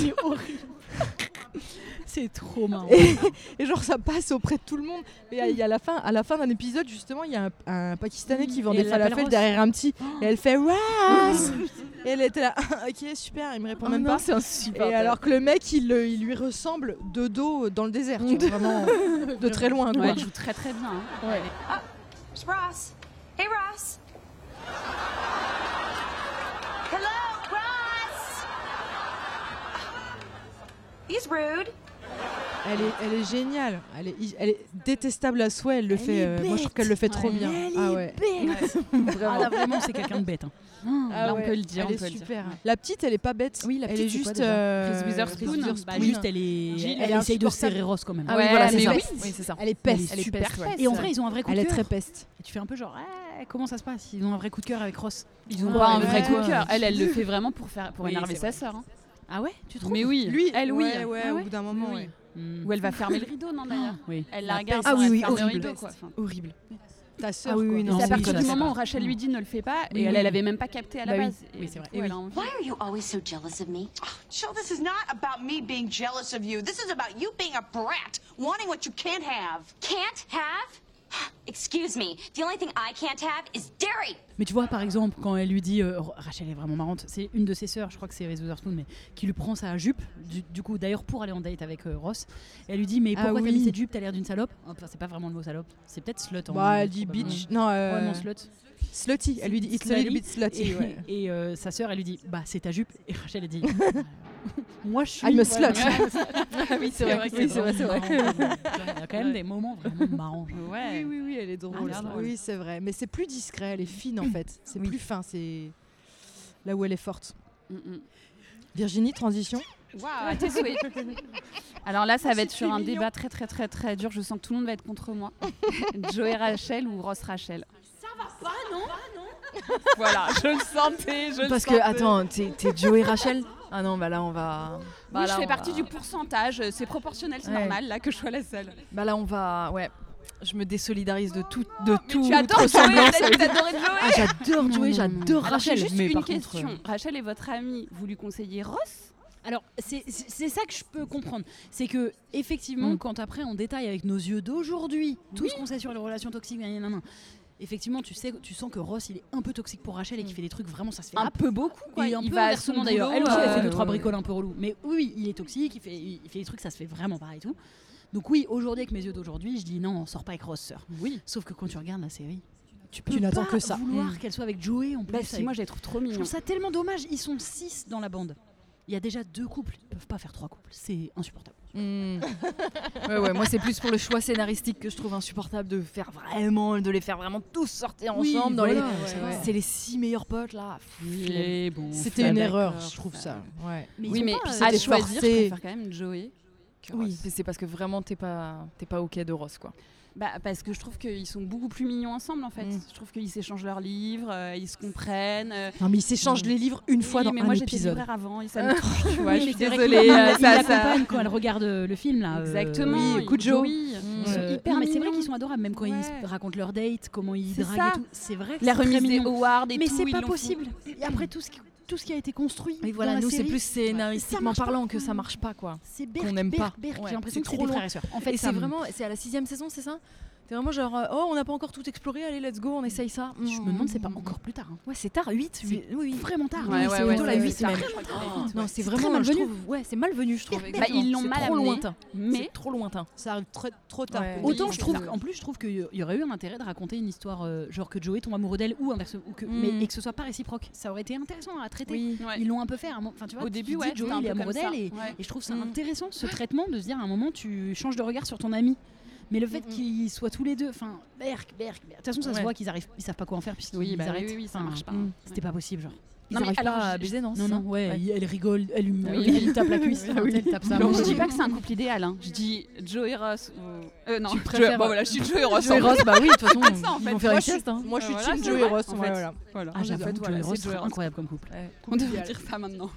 S5: C'est trop marrant.
S1: Et, et genre ça passe auprès de tout le monde. Et à, la fin, à la fin d'un épisode justement, il y a un, un Pakistanais qui vend des
S5: Et elle l'appelle
S1: falafels
S5: Ross.
S1: derrière un petit. Et elle fait Ross. Et elle était là, ok super, il me répond
S6: Oh
S1: même
S6: non,
S1: pas.
S6: c'est insupportable.
S1: Et alors que le mec, il, le- il lui ressemble de dos euh, dans le désert, tu vois, vraiment euh, de très loin. Quoi.
S5: Elle joue très très bien.
S2: Ah,
S5: hein.
S9: Oh, it's Ross. Hey, Ross. Hello, Ross. He's rude.
S1: Elle est, elle est géniale, elle est, elle est détestable à souhait. Elle le fait,
S9: est
S1: euh, moi je trouve qu'elle le fait trop
S5: Ouais.
S1: bien.
S5: Elle
S1: ah ouais.
S5: Ah là vraiment c'est quelqu'un de bête. hein.
S1: Ah
S5: Là,
S1: ouais,
S5: On peut le dire.
S1: elle
S5: on peut
S1: est
S5: le dire.
S1: super. La petite, elle est pas bête.
S6: Oui, la
S1: elle est
S6: petite, c'est
S1: juste.
S6: quoi déjà
S1: euh,
S6: Reese Witherspoon.
S1: Reese
S5: Bah, juste elle est.
S1: Gilles,
S5: elle,
S1: elle est
S5: essaye de
S1: insupportable.
S5: serrer Ross quand même.
S6: Ah oui, voilà,
S5: c'est
S6: mais
S5: ça.
S6: oui, oui, c'est ça.
S1: Elle est
S5: Elle est
S1: peste.
S6: Elle est
S5: super
S6: peste, ouais.
S5: Et en vrai ils ont un vrai coup
S1: Elle
S5: de
S1: est
S5: cœur.
S1: très peste.
S5: Et tu fais un peu genre Ah, comment ça se passe Ils ont un vrai coup de cœur avec Ross.
S2: Ils ont
S1: Ah,
S2: pas un
S1: ouais.
S2: vrai coup euh.
S1: Ouais.
S2: de cœur. Elle, elle le fait vraiment pour faire pour
S5: Oui,
S2: énerver
S5: c'est
S2: sa
S5: vrai.
S2: sœur. hein.
S5: Ah ouais Tu trouves
S2: Mais oui.
S1: Lui,
S2: elle oui.
S1: ouais, ouais,
S2: Ah
S1: au
S2: ouais
S1: bout d'un moment,
S2: Oui,
S1: ouais.
S5: Hmm.
S2: Ou elle va fermer le rideau, non d'ailleurs.
S5: Oui.
S2: Elle la
S1: La
S2: regarde.
S1: peste. Ah
S2: sans
S1: oui,
S2: elle
S1: oui,
S2: ferme le
S1: horrible.
S2: rideau, quoi. Enfin,
S6: Horrible. Ah
S1: Ta sœur.
S6: oui,
S1: quoi.
S6: oui, non,
S2: C'est à
S6: oui,
S2: partir
S5: ça,
S2: du
S5: c'est
S2: moment
S5: pas-
S2: où Rachel lui dit ne le fais pas,
S6: Oui,
S2: et elle,
S6: oui.
S2: elle avait même pas capté à la
S6: Bah oui.
S2: base. Et
S5: Oui, c'est
S2: du
S5: vrai.
S2: coup, elle a envie.
S13: Why are you always so jealous of me?
S9: Jill, this is not about me being jealous of you. This is about you being a brat, wanting what you can't have.
S13: Can't have? Excuse me. The only thing I can't have is dairy.
S5: Mais tu vois, par exemple, quand elle lui dit, euh, Ra- Rachel est vraiment marrante, c'est une de ses sœurs, je crois que c'est Reese Witherspoon, mais qui lui prend sa jupe, du, du coup, d'ailleurs, pour aller en date avec euh, Ross. Et elle lui dit, mais
S1: Ah
S5: pourquoi t'as
S1: oui.
S5: mis cette jupe T'as l'air d'une salope Enfin, c'est pas vraiment le mot salope, c'est peut-être slut en
S1: Bah,
S5: anglais,
S1: elle dit
S5: probablement.
S1: bitch. Non, euh,
S5: Probablement slut.
S1: slutty. Elle lui dit it's a little bit slutty.
S5: Et,
S1: ouais.
S5: et, euh, sa sœur, elle lui dit, bah, c'est ta jupe. Et Rachel, elle dit, Euh, moi, je suis.
S1: I'm a
S5: Voilà.
S1: slut.
S6: Ah oui, c'est vrai.
S5: Oui, c'est vrai, c'est vrai. Il y a quand même
S6: Ouais.
S5: des moments vraiment marrants.
S1: Oui,
S2: Ouais.
S1: oui, oui, elle est drôle.
S5: Ah,
S1: ça.
S5: drôle.
S1: oui, c'est vrai. Mais c'est plus discret, elle est fine en fait. C'est plus fin, c'est là où elle est forte.
S2: Mm, mm.
S1: Virginie, transition
S2: Waouh, à tes souhaits. Alors là, ça va être sur un débat très très très très dur. Je sens que tout le monde va être contre moi. Joey Rachel ou Ross Rachel Ça va pas, non Voilà, je le sentais, je le
S6: Parce que,
S2: sentais.
S6: attends, t'es t'es Joey Rachel Ah non, bah là, on va. Bah
S2: Oui,
S6: là,
S2: je fais
S6: on
S2: partie
S6: va-
S2: du pourcentage, c'est proportionnel, c'est
S6: Ouais.
S2: normal là que je sois la seule.
S6: Bah là, on va. Ouais. Je me désolidarise de tout. De
S2: Tu
S6: tout
S2: adores Joey,
S6: ressemblance.
S2: t'as dit que t'adorais Joey
S6: Ah, j'adore Joey, j'adore
S2: Alors, j'ai
S6: Rachel.
S2: juste
S6: mais
S2: une
S6: par
S2: question.
S6: contre.
S2: Rachel est votre amie, vous lui conseillez Ross
S5: Alors, c'est c'est- c'est ça que je peux comprendre. C'est que, effectivement,
S6: Mm.
S5: quand après on détaille avec nos yeux d'aujourd'hui tout ce qu'on sait sur les relations toxiques, nan, nan, nan, effectivement, tu sais, tu sens que Ross, il est un peu toxique pour Rachel et qu'il fait des trucs vraiment, ça se fait
S2: Un
S5: rap.
S2: peu beaucoup, quoi.
S5: Et un
S2: Il
S5: peu
S2: va à
S5: envers
S2: son
S5: tout le monde, d'ailleurs.
S2: boulot,
S5: Elle aussi, elle fait
S2: euh,
S5: deux trois bricoles
S2: ouais.
S5: un peu relou. Mais oui, il est toxique, il fait, il fait des trucs, ça se fait vraiment pas et tout. Donc oui, aujourd'hui, avec mes yeux d'aujourd'hui, je dis non, on sort pas avec Ross, sœur.
S6: Oui.
S5: Sauf que quand tu regardes la série, tu
S6: peux
S5: tu n'attends
S6: pas
S5: que ça.
S6: vouloir
S5: qu'elle soit avec Joey en
S6: Bah
S5: plus.
S6: si, moi, je les trouve trop
S5: Je
S6: mignons.
S5: trouve ça tellement dommage. Ils sont six dans la bande. Il y a déjà deux couples. Ils peuvent pas faire trois couples. C'est insupportable.
S6: Mm. Ouais, ouais, moi c'est plus pour le choix scénaristique que je trouve insupportable de faire vraiment, de les faire vraiment tous sortir
S1: Oui,
S6: ensemble. dans
S1: voilà,
S6: les...
S1: ouais, ouais.
S6: C'est les six meilleurs potes là.
S1: Et bon, C'était
S6: ça,
S1: une
S6: d'accord,
S1: erreur, je trouve ça. Ouais.
S6: Mais
S2: oui,
S6: ils
S2: mais
S6: ont pas,
S2: puis
S6: euh,
S2: c'est
S6: c'était
S2: à choisir, je
S6: forcé.
S2: préfère quand même Joey.
S6: Oui, mais c'est parce que vraiment t'es pas, t'es pas ok de Ross quoi.
S2: Bah, parce que je trouve qu'ils sont beaucoup plus mignons ensemble en fait. Je trouve qu'ils s'échangent leurs livres, euh, ils se comprennent. euh,
S1: Non, mais ils s'échangent les livres une fois
S2: oui,
S1: dans
S2: mais
S1: un
S2: moi, j'étais
S1: épisode.
S2: libraire avant et ça me touche, tu vois.
S5: Oui,
S2: je suis
S5: mais c'est vrai
S2: désolée.
S5: qu'il-
S2: euh, ça,
S5: il
S2: ça-
S5: l'accompagne quand elle regarde euh, le film là. euh,
S2: Exactement,
S5: oui,
S2: il-
S5: coup de Joe.
S2: Joey.
S5: Ils
S2: Ils
S5: sont
S2: sont hyper
S5: hyper mais c'est vrai
S2: mignons.
S5: qu'ils sont adorables même quand ils racontent leur date, comment ils
S2: C'est
S5: draguent et
S2: ça.
S5: tout. C'est vrai que
S2: La
S5: c'est très
S2: remise des
S5: mignon.
S2: awards et
S5: Mais
S2: tout,
S5: c'est
S2: ils
S5: pas
S2: l'ont fait.
S5: possible. Et après tout ce qui tout ce qui a été construit.
S6: Mais voilà, nous c'est plus scénaristiquement parlant que ça marche pas quoi.
S5: C'est Berk,
S6: qu'on n'aime
S5: Berk,
S6: pas.
S5: Berk,
S6: Ouais,
S5: j'ai l'impression que c'est
S6: trop
S5: des
S6: long.
S5: frères et sœurs. En fait,
S6: et
S5: ça
S6: c'est
S5: me-
S6: vraiment, c'est à la sixième saison, c'est ça T'es vraiment genre, euh, oh on n'a pas encore tout exploré, allez let's go, on essaye ça.
S5: Je me demande, c'est
S1: hmm.
S5: pas encore plus tard. hein.
S6: Ouais, c'est tard, 8, oui, oui.
S5: vraiment tard.
S6: Oui,
S5: hein,
S6: c'est
S5: c'est
S6: plutôt la
S5: ouais,
S6: 8
S5: c'est
S6: même.
S5: très tard.
S6: Oh, Non, c'est
S5: C'est
S6: vraiment
S5: très malvenu.
S6: Je trouve, ouais, c'est malvenu, je trouve.
S5: Bah,
S6: exactement.
S5: ils l'ont
S6: C'est
S5: mal
S6: trop
S5: amené,
S6: lointain.
S5: mais-
S6: C'est trop lointain.
S1: Ça arrive trop
S6: tard pour
S5: Autant
S6: nous,
S5: je
S6: c'est
S5: trouve,
S6: ça.
S5: en plus je trouve qu'il y aurait eu un intérêt de raconter une histoire euh, genre que Joey tombe amoureux d'elle ou inverse, ou que,
S6: Mm.
S5: mais et que ce soit pas réciproque, ça aurait été intéressant à traiter.
S6: Oui.
S5: Ils l'ont un peu fait. à un moment- Enfin tu vois,
S2: Au
S5: tu
S2: début,
S5: dis,
S2: ouais,
S5: Joey
S2: c'était un
S5: il est
S2: peu
S5: amoureux
S2: comme ça. Mm.
S5: d'elle et,
S2: Ouais.
S5: et je trouve ça intéressant ce traitement de se dire à un moment tu changes de regard sur ton ami. Mais le fait
S2: Mm,
S5: qu'ils soient tous les deux, enfin, berk, berk, berk. De toute façon, ça se
S6: Ouais.
S5: voit qu'ils arrivent, ils savent pas quoi en faire puisqu'ils
S2: Oui, bah oui,
S5: arrêtent.
S2: oui, oui, ça
S5: Enfin,
S2: marche pas.
S5: mm, C'était pas possible, genre. Ils
S2: Non, mais
S5: arrivent
S2: alors,
S5: pas à
S2: je-
S5: baiser, non
S2: je-
S5: Non, non, ouais, il- elle rigole, elle lui
S2: Oui.
S5: elle tape la cuisse,
S2: Ah oui.
S5: elle tape ça.
S2: Non, je dis pas que c'est un couple idéal. hein. Je dis Joe et Ross. ou- Euh, non,
S5: Tu
S2: Joe-
S5: préfères-
S2: bon, voilà, je suis Joe et Ross.
S5: Joe et Ross, bah oui, de toute façon,
S2: Ça, en
S5: ils
S2: fait.
S5: vont faire
S2: Moi,
S5: une
S2: je suis-
S5: sieste, hein.
S2: moi, je suis
S5: Ouais,
S2: team
S5: voilà,
S2: Joe
S5: c'est
S2: et
S5: vrai,
S2: Ross.
S5: en
S2: en fait.
S5: fait.
S2: Voilà.
S5: Ah, j'avoue,
S2: En fait,
S5: Joe et
S2: voilà,
S5: Ross
S2: c'est
S5: serait
S2: Joe et Ross.
S5: incroyable comme couple.
S2: On devrait dire ça maintenant.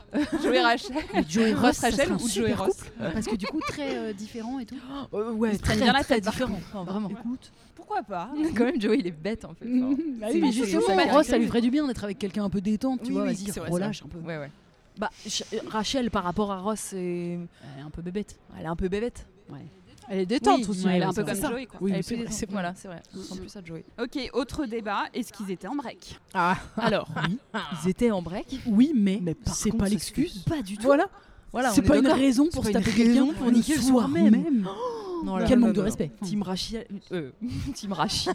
S2: Joe et Rachel.
S5: Mais Joe et
S2: Ross,
S5: Ross, ça serait
S2: Rachel
S5: un
S2: ou Joe et
S5: super
S2: Ross.
S5: couple, parce que du coup très euh, différent et tout.
S6: ouais,
S5: Ils se prennent
S6: très,
S5: bien la
S6: très
S5: tête, par
S6: différent.
S5: contre.
S6: Enfin, vraiment.
S5: Écoute,
S2: Pourquoi pas
S6: Quand même, Joey, il est bête en fait.
S5: Bah oui, mais justement, Ross, ça lui ferait du bien d'être avec quelqu'un un peu détente, tu
S6: Oui,
S5: vois,
S6: oui,
S5: vas-y,
S6: c'est vrai,
S5: relâche
S6: c'est
S5: un peu.
S6: Ouais, ouais. Bah, Ch- euh, Rachel, par rapport à Ross, c'est.
S5: Elle est un peu bébête.
S6: Elle est un peu bébête. Elle est
S2: détente
S6: détente
S2: aussi,
S6: aussi.
S2: ouais, c'est vrai. C'est ça. Oui,
S6: Elle
S2: mais
S6: est
S2: c'est
S6: plus
S2: vrai,
S6: détente.
S2: c'est vrai.
S6: Voilà, c'est vrai.
S2: Mm.
S6: On sent plus à Joey.
S2: Ok, autre débat. Est-ce qu'ils étaient en break
S6: Ah, alors, ils étaient en break.
S5: Oui, mais,
S6: c'est pas l'excuse. Pas du tout.
S5: Voilà.
S6: Voilà,
S5: C'est
S6: on est
S5: pas une
S6: d'accord.
S5: raison
S6: C'est
S5: pour
S6: pas
S5: se
S6: une
S5: taper quelqu'un
S6: raison
S5: pour niquer le soir même.
S6: Oh,
S5: Non,
S6: là,
S5: Quel
S6: non,
S5: manque
S6: non,
S5: de
S6: non.
S5: respect.
S6: Team Rachel. euh, team Rachel.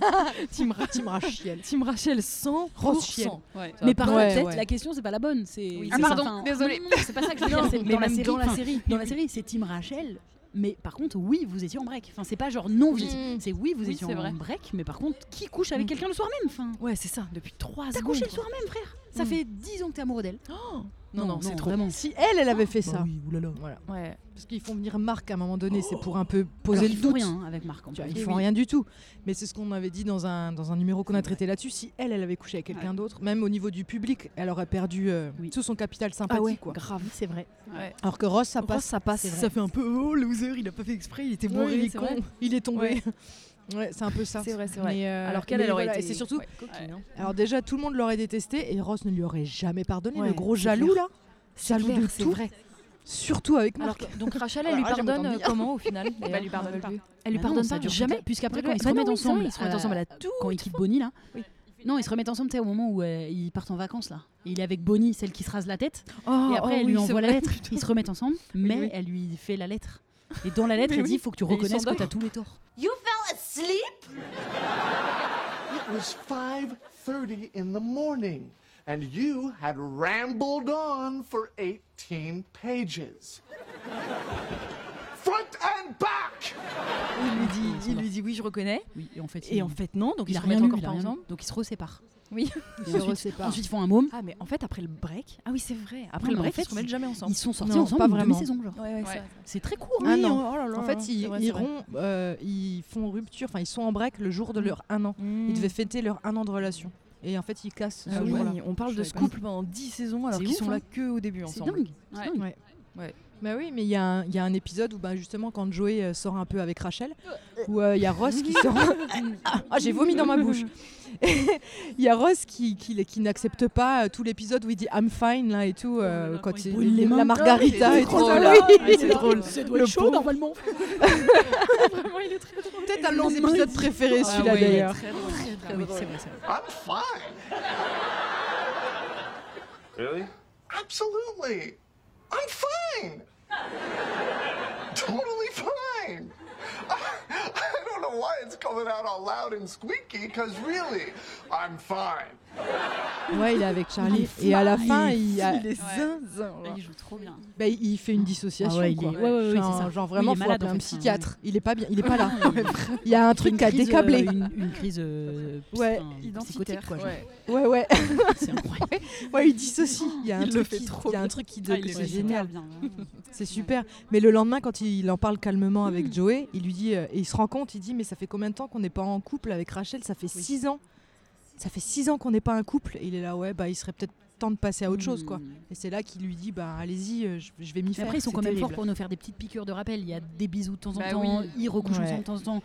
S6: team, Ra-
S5: Team Rachel.
S6: Team Rachel 100
S5: Grosse chienne.
S6: Ouais.
S5: Mais par contre,
S6: Ouais,
S5: peut-être
S6: ouais.
S5: la question c'est pas la bonne. C'est
S6: Oui,
S5: c'est
S6: c'est
S5: ça.
S6: pardon,
S5: Enfin,
S6: désolé.
S5: non, non, C'est pas ça que je veux
S6: Non,
S5: dire. C'est
S6: mais
S5: dans la
S6: même
S5: série.
S6: dans la
S5: enfin,
S6: série.
S5: dans la série, c'est Team Rachel. Mais par contre, oui, vous étiez en break. Enfin, c'est pas genre non, vous étiez- c'est oui, vous
S6: Mm. Oui,
S5: étiez
S6: c'est
S5: en
S6: vrai.
S5: break. Mais par contre, qui couche
S6: Mm.
S5: avec quelqu'un le soir même Enfin,
S6: Ouais, c'est ça, depuis 3
S1: Ah,
S6: ans.
S5: t'as couché le soir même, frère. Ça
S6: Mm.
S5: fait 10 ans que t'es amoureux d'elle.
S1: Non, non, c'est trop.
S5: vraiment.
S1: Si elle, elle avait fait
S5: Bah
S1: ça.
S5: oui, oulala.
S1: Voilà.
S6: Ouais.
S1: Parce qu'ils font venir Marc à un moment donné,
S6: Oh.
S1: c'est pour un peu poser
S5: Alors,
S1: le
S5: ils font
S1: doute.
S5: rien avec Marc. en
S1: Tu vois,
S5: plus.
S1: ils
S5: Oui,
S1: font
S5: oui.
S1: rien du tout. Mais c'est ce qu'on avait dit dans un, dans un numéro qu'on a traité là-dessus. Si elle, elle avait couché avec quelqu'un d'autre, même au niveau du public, elle aurait perdu euh, tout son capital sympathie.
S6: Ah ouais,
S1: quoi.
S6: grave.
S5: C'est vrai.
S6: Ouais.
S1: Alors que Ross, ça passe.
S6: ça passe.
S1: c'est vrai.
S6: Ça fait un peu oh loser, il a pas fait exprès, il était
S1: Ouais,
S6: bourré,
S1: il est
S6: c'est
S1: con.
S6: vrai.
S1: Il est tombé. Ouais, c'est un peu ça.
S6: C'est vrai, c'est vrai.
S1: Mais, euh,
S6: Alors qu'elle,
S1: mais
S6: elle aurait
S1: voilà,
S6: été-
S1: et C'est surtout.
S6: ouais, coquine, hein.
S1: Alors déjà, tout le monde l'aurait détesté et Ross ne lui aurait jamais pardonné.
S6: Ouais,
S1: le gros
S6: c'est
S1: jaloux
S6: clair.
S1: là. Jaloux
S6: clair,
S1: de
S6: c'est
S1: tout.
S6: vrai.
S1: Surtout avec
S6: Alors
S1: Marc.
S6: que- donc Rachel, elle lui
S1: Alors là, j'ai
S6: pardonne
S1: entendu
S6: euh,
S1: dire.
S6: comment au final d'ailleurs
S2: Eh bah, lui pardonne
S6: On a
S2: pas.
S6: vu.
S5: Elle lui
S6: Bah non,
S5: pardonne
S6: ça
S5: pas,
S6: dure
S5: jamais.
S6: toute-
S5: Puisqu'après,
S6: Ouais,
S5: quand ils se
S6: bah
S5: remettent
S6: non, oui, c'est vrai,
S5: ensemble,
S6: ils se remettent ensemble à la
S5: euh, Quand ils quittent Bonnie, là. Non, ils se remettent ensemble, tu sais, au moment où euh, il part en vacances, là. Il est avec Bonnie, celle qui se rase la tête.
S6: Oh,
S5: et après,
S6: oh
S5: elle
S6: oui,
S5: lui
S6: c'est
S5: envoie la
S6: vrai,
S5: lettre. Ils se remettent ensemble, mais
S6: oui.
S5: elle lui fait la lettre. Et dans la lettre,
S6: Mais
S5: elle dit
S6: oui.
S5: il faut que tu
S6: Et ils
S5: reconnaisses que
S6: s'endorment.
S5: t'as tous les torts.
S13: You fell asleep?
S14: It was 5:30 in the morning, and you had rambled on for 18 pages. Front and back.
S6: Il lui dit, il lui dit oui, je reconnais.
S5: et en fait,
S6: et
S5: il-
S6: en fait non, donc
S5: il
S6: ils
S5: a
S6: se
S5: rien
S6: remettent
S5: lu,
S6: encore
S5: il a
S6: pas
S5: rien lu.
S6: ensemble.
S5: Donc ils se reséparent.
S6: Oui.
S5: Ils se
S6: Ensuite-
S5: reséparent.
S6: Ensuite,
S5: ils font un môme.
S6: Ah mais en fait après le break, ah oui c'est vrai. Après le
S5: Non, mais en
S6: break,
S5: fait,
S6: ils se remettent jamais ensemble.
S5: Ils sont sortis
S1: Non,
S5: ensemble
S1: pas
S5: au bout de
S1: vraiment.
S5: saison, genre.
S6: Ouais, ouais, c'est vrai.
S5: C'est très court.
S1: Ah
S5: oui,
S1: non.
S5: oh là là.
S1: en fait,
S5: C'est
S1: ils,
S5: vrai,
S1: ils
S5: c'est vrai.
S1: rompt- euh, ils font rupture, enfin ils sont en break le jour de
S5: Mm.
S1: leur un an. Ils devaient fêter leur un an de relation. Et en fait, ils cassent
S6: Ah
S1: ce
S6: oui,
S1: jour-là.
S6: on parle
S1: Je
S6: de
S1: savais
S6: ce
S1: pas.
S6: couple pendant 10 saisons alors
S1: C'est
S6: qu'ils
S1: ouf,
S6: sont là
S1: hein.
S6: que au début
S1: C'est
S6: ensemble.
S5: Ah,
S1: dingue, c'est Ouais. dingue. Bah oui, mais il y, a un- il y a un épisode où bah, justement quand Joey euh, sort un peu avec Rachel, où euh, il y a Ross qui sort. ah, ah, j'ai vomi dans ma bouche. Il y a Ross qui, qui, qui n'accepte pas euh, tout l'épisode où il dit I'm fine là et tout
S5: Oh,
S1: euh, quand il,
S5: brûle les mains.
S1: la margarita
S5: Ah oui,
S1: et
S5: c'est
S1: tout
S5: drôle.
S1: ça.
S5: Ah,
S1: oui.
S5: c'est drôle. Ça doit être chaud, normalement.
S1: Vraiment, il est très drôle. Peut-être un de mes épisodes
S5: Ah
S1: préférés celui-là d'ailleurs.
S14: I'm fine.
S7: Really?
S14: Absolutely. I'm fine. totally fine. I, don't know why it's coming out all loud and squeaky, because really, I'm fine.
S1: Ouais, il est avec Charlie et à la fin
S5: Ah,
S1: il, a-
S14: Il est
S1: zinzin,
S2: Ouais, Il joue trop bien.
S1: Bah, il fait une dissociation.
S5: Ah ouais, il
S1: quoi.
S5: est- ouais, ouais, ouais,
S1: genre,
S5: c'est ça.
S1: genre
S5: Oui,
S1: vraiment,
S5: il est
S1: faut
S5: malade,
S1: appeler
S5: en
S1: un
S5: fait, Ah,
S1: psychiatre. Il est pas bien, il est pas là. il y a un truc qui a
S5: Une crise,
S1: décablé.
S5: euh, une, une crise euh, psy-
S1: Ouais.
S5: enfin, psychotique, quoi, genre.
S1: Ouais, ouais. ouais.
S5: C'est incroyable.
S1: Ouais, il dissocie. Il y a un
S5: Il le
S1: truc
S5: fait
S1: qui,
S5: trop
S1: il y a un
S5: bien.
S1: truc qui
S5: Ah, il
S1: que
S5: le
S1: c'est
S5: fait
S1: génial.
S2: super
S1: C'est super. Mais le lendemain, quand il en parle calmement
S5: Mm.
S1: avec Joey, il lui dit euh, et il se rend compte, il dit mais ça fait combien de temps qu'on n'est pas en couple avec Rachel Ça fait six ans. Ça fait six ans qu'on n'est pas un couple. Et il est là ouais bah il serait peut-être temps de passer à autre chose quoi. Et c'est là qu'il lui dit bah allez-y, euh, je, je vais m'y
S5: Mais
S1: faire.
S5: Mm. après, ils sont
S1: C'est
S5: quand même
S1: terrible.
S5: forts pour nous faire des petites piqûres de rappel. Il y a des bisous de temps en
S1: Bah
S5: temps,
S1: oui.
S5: ils recouchent
S1: Ouais.
S5: ensemble de temps en temps.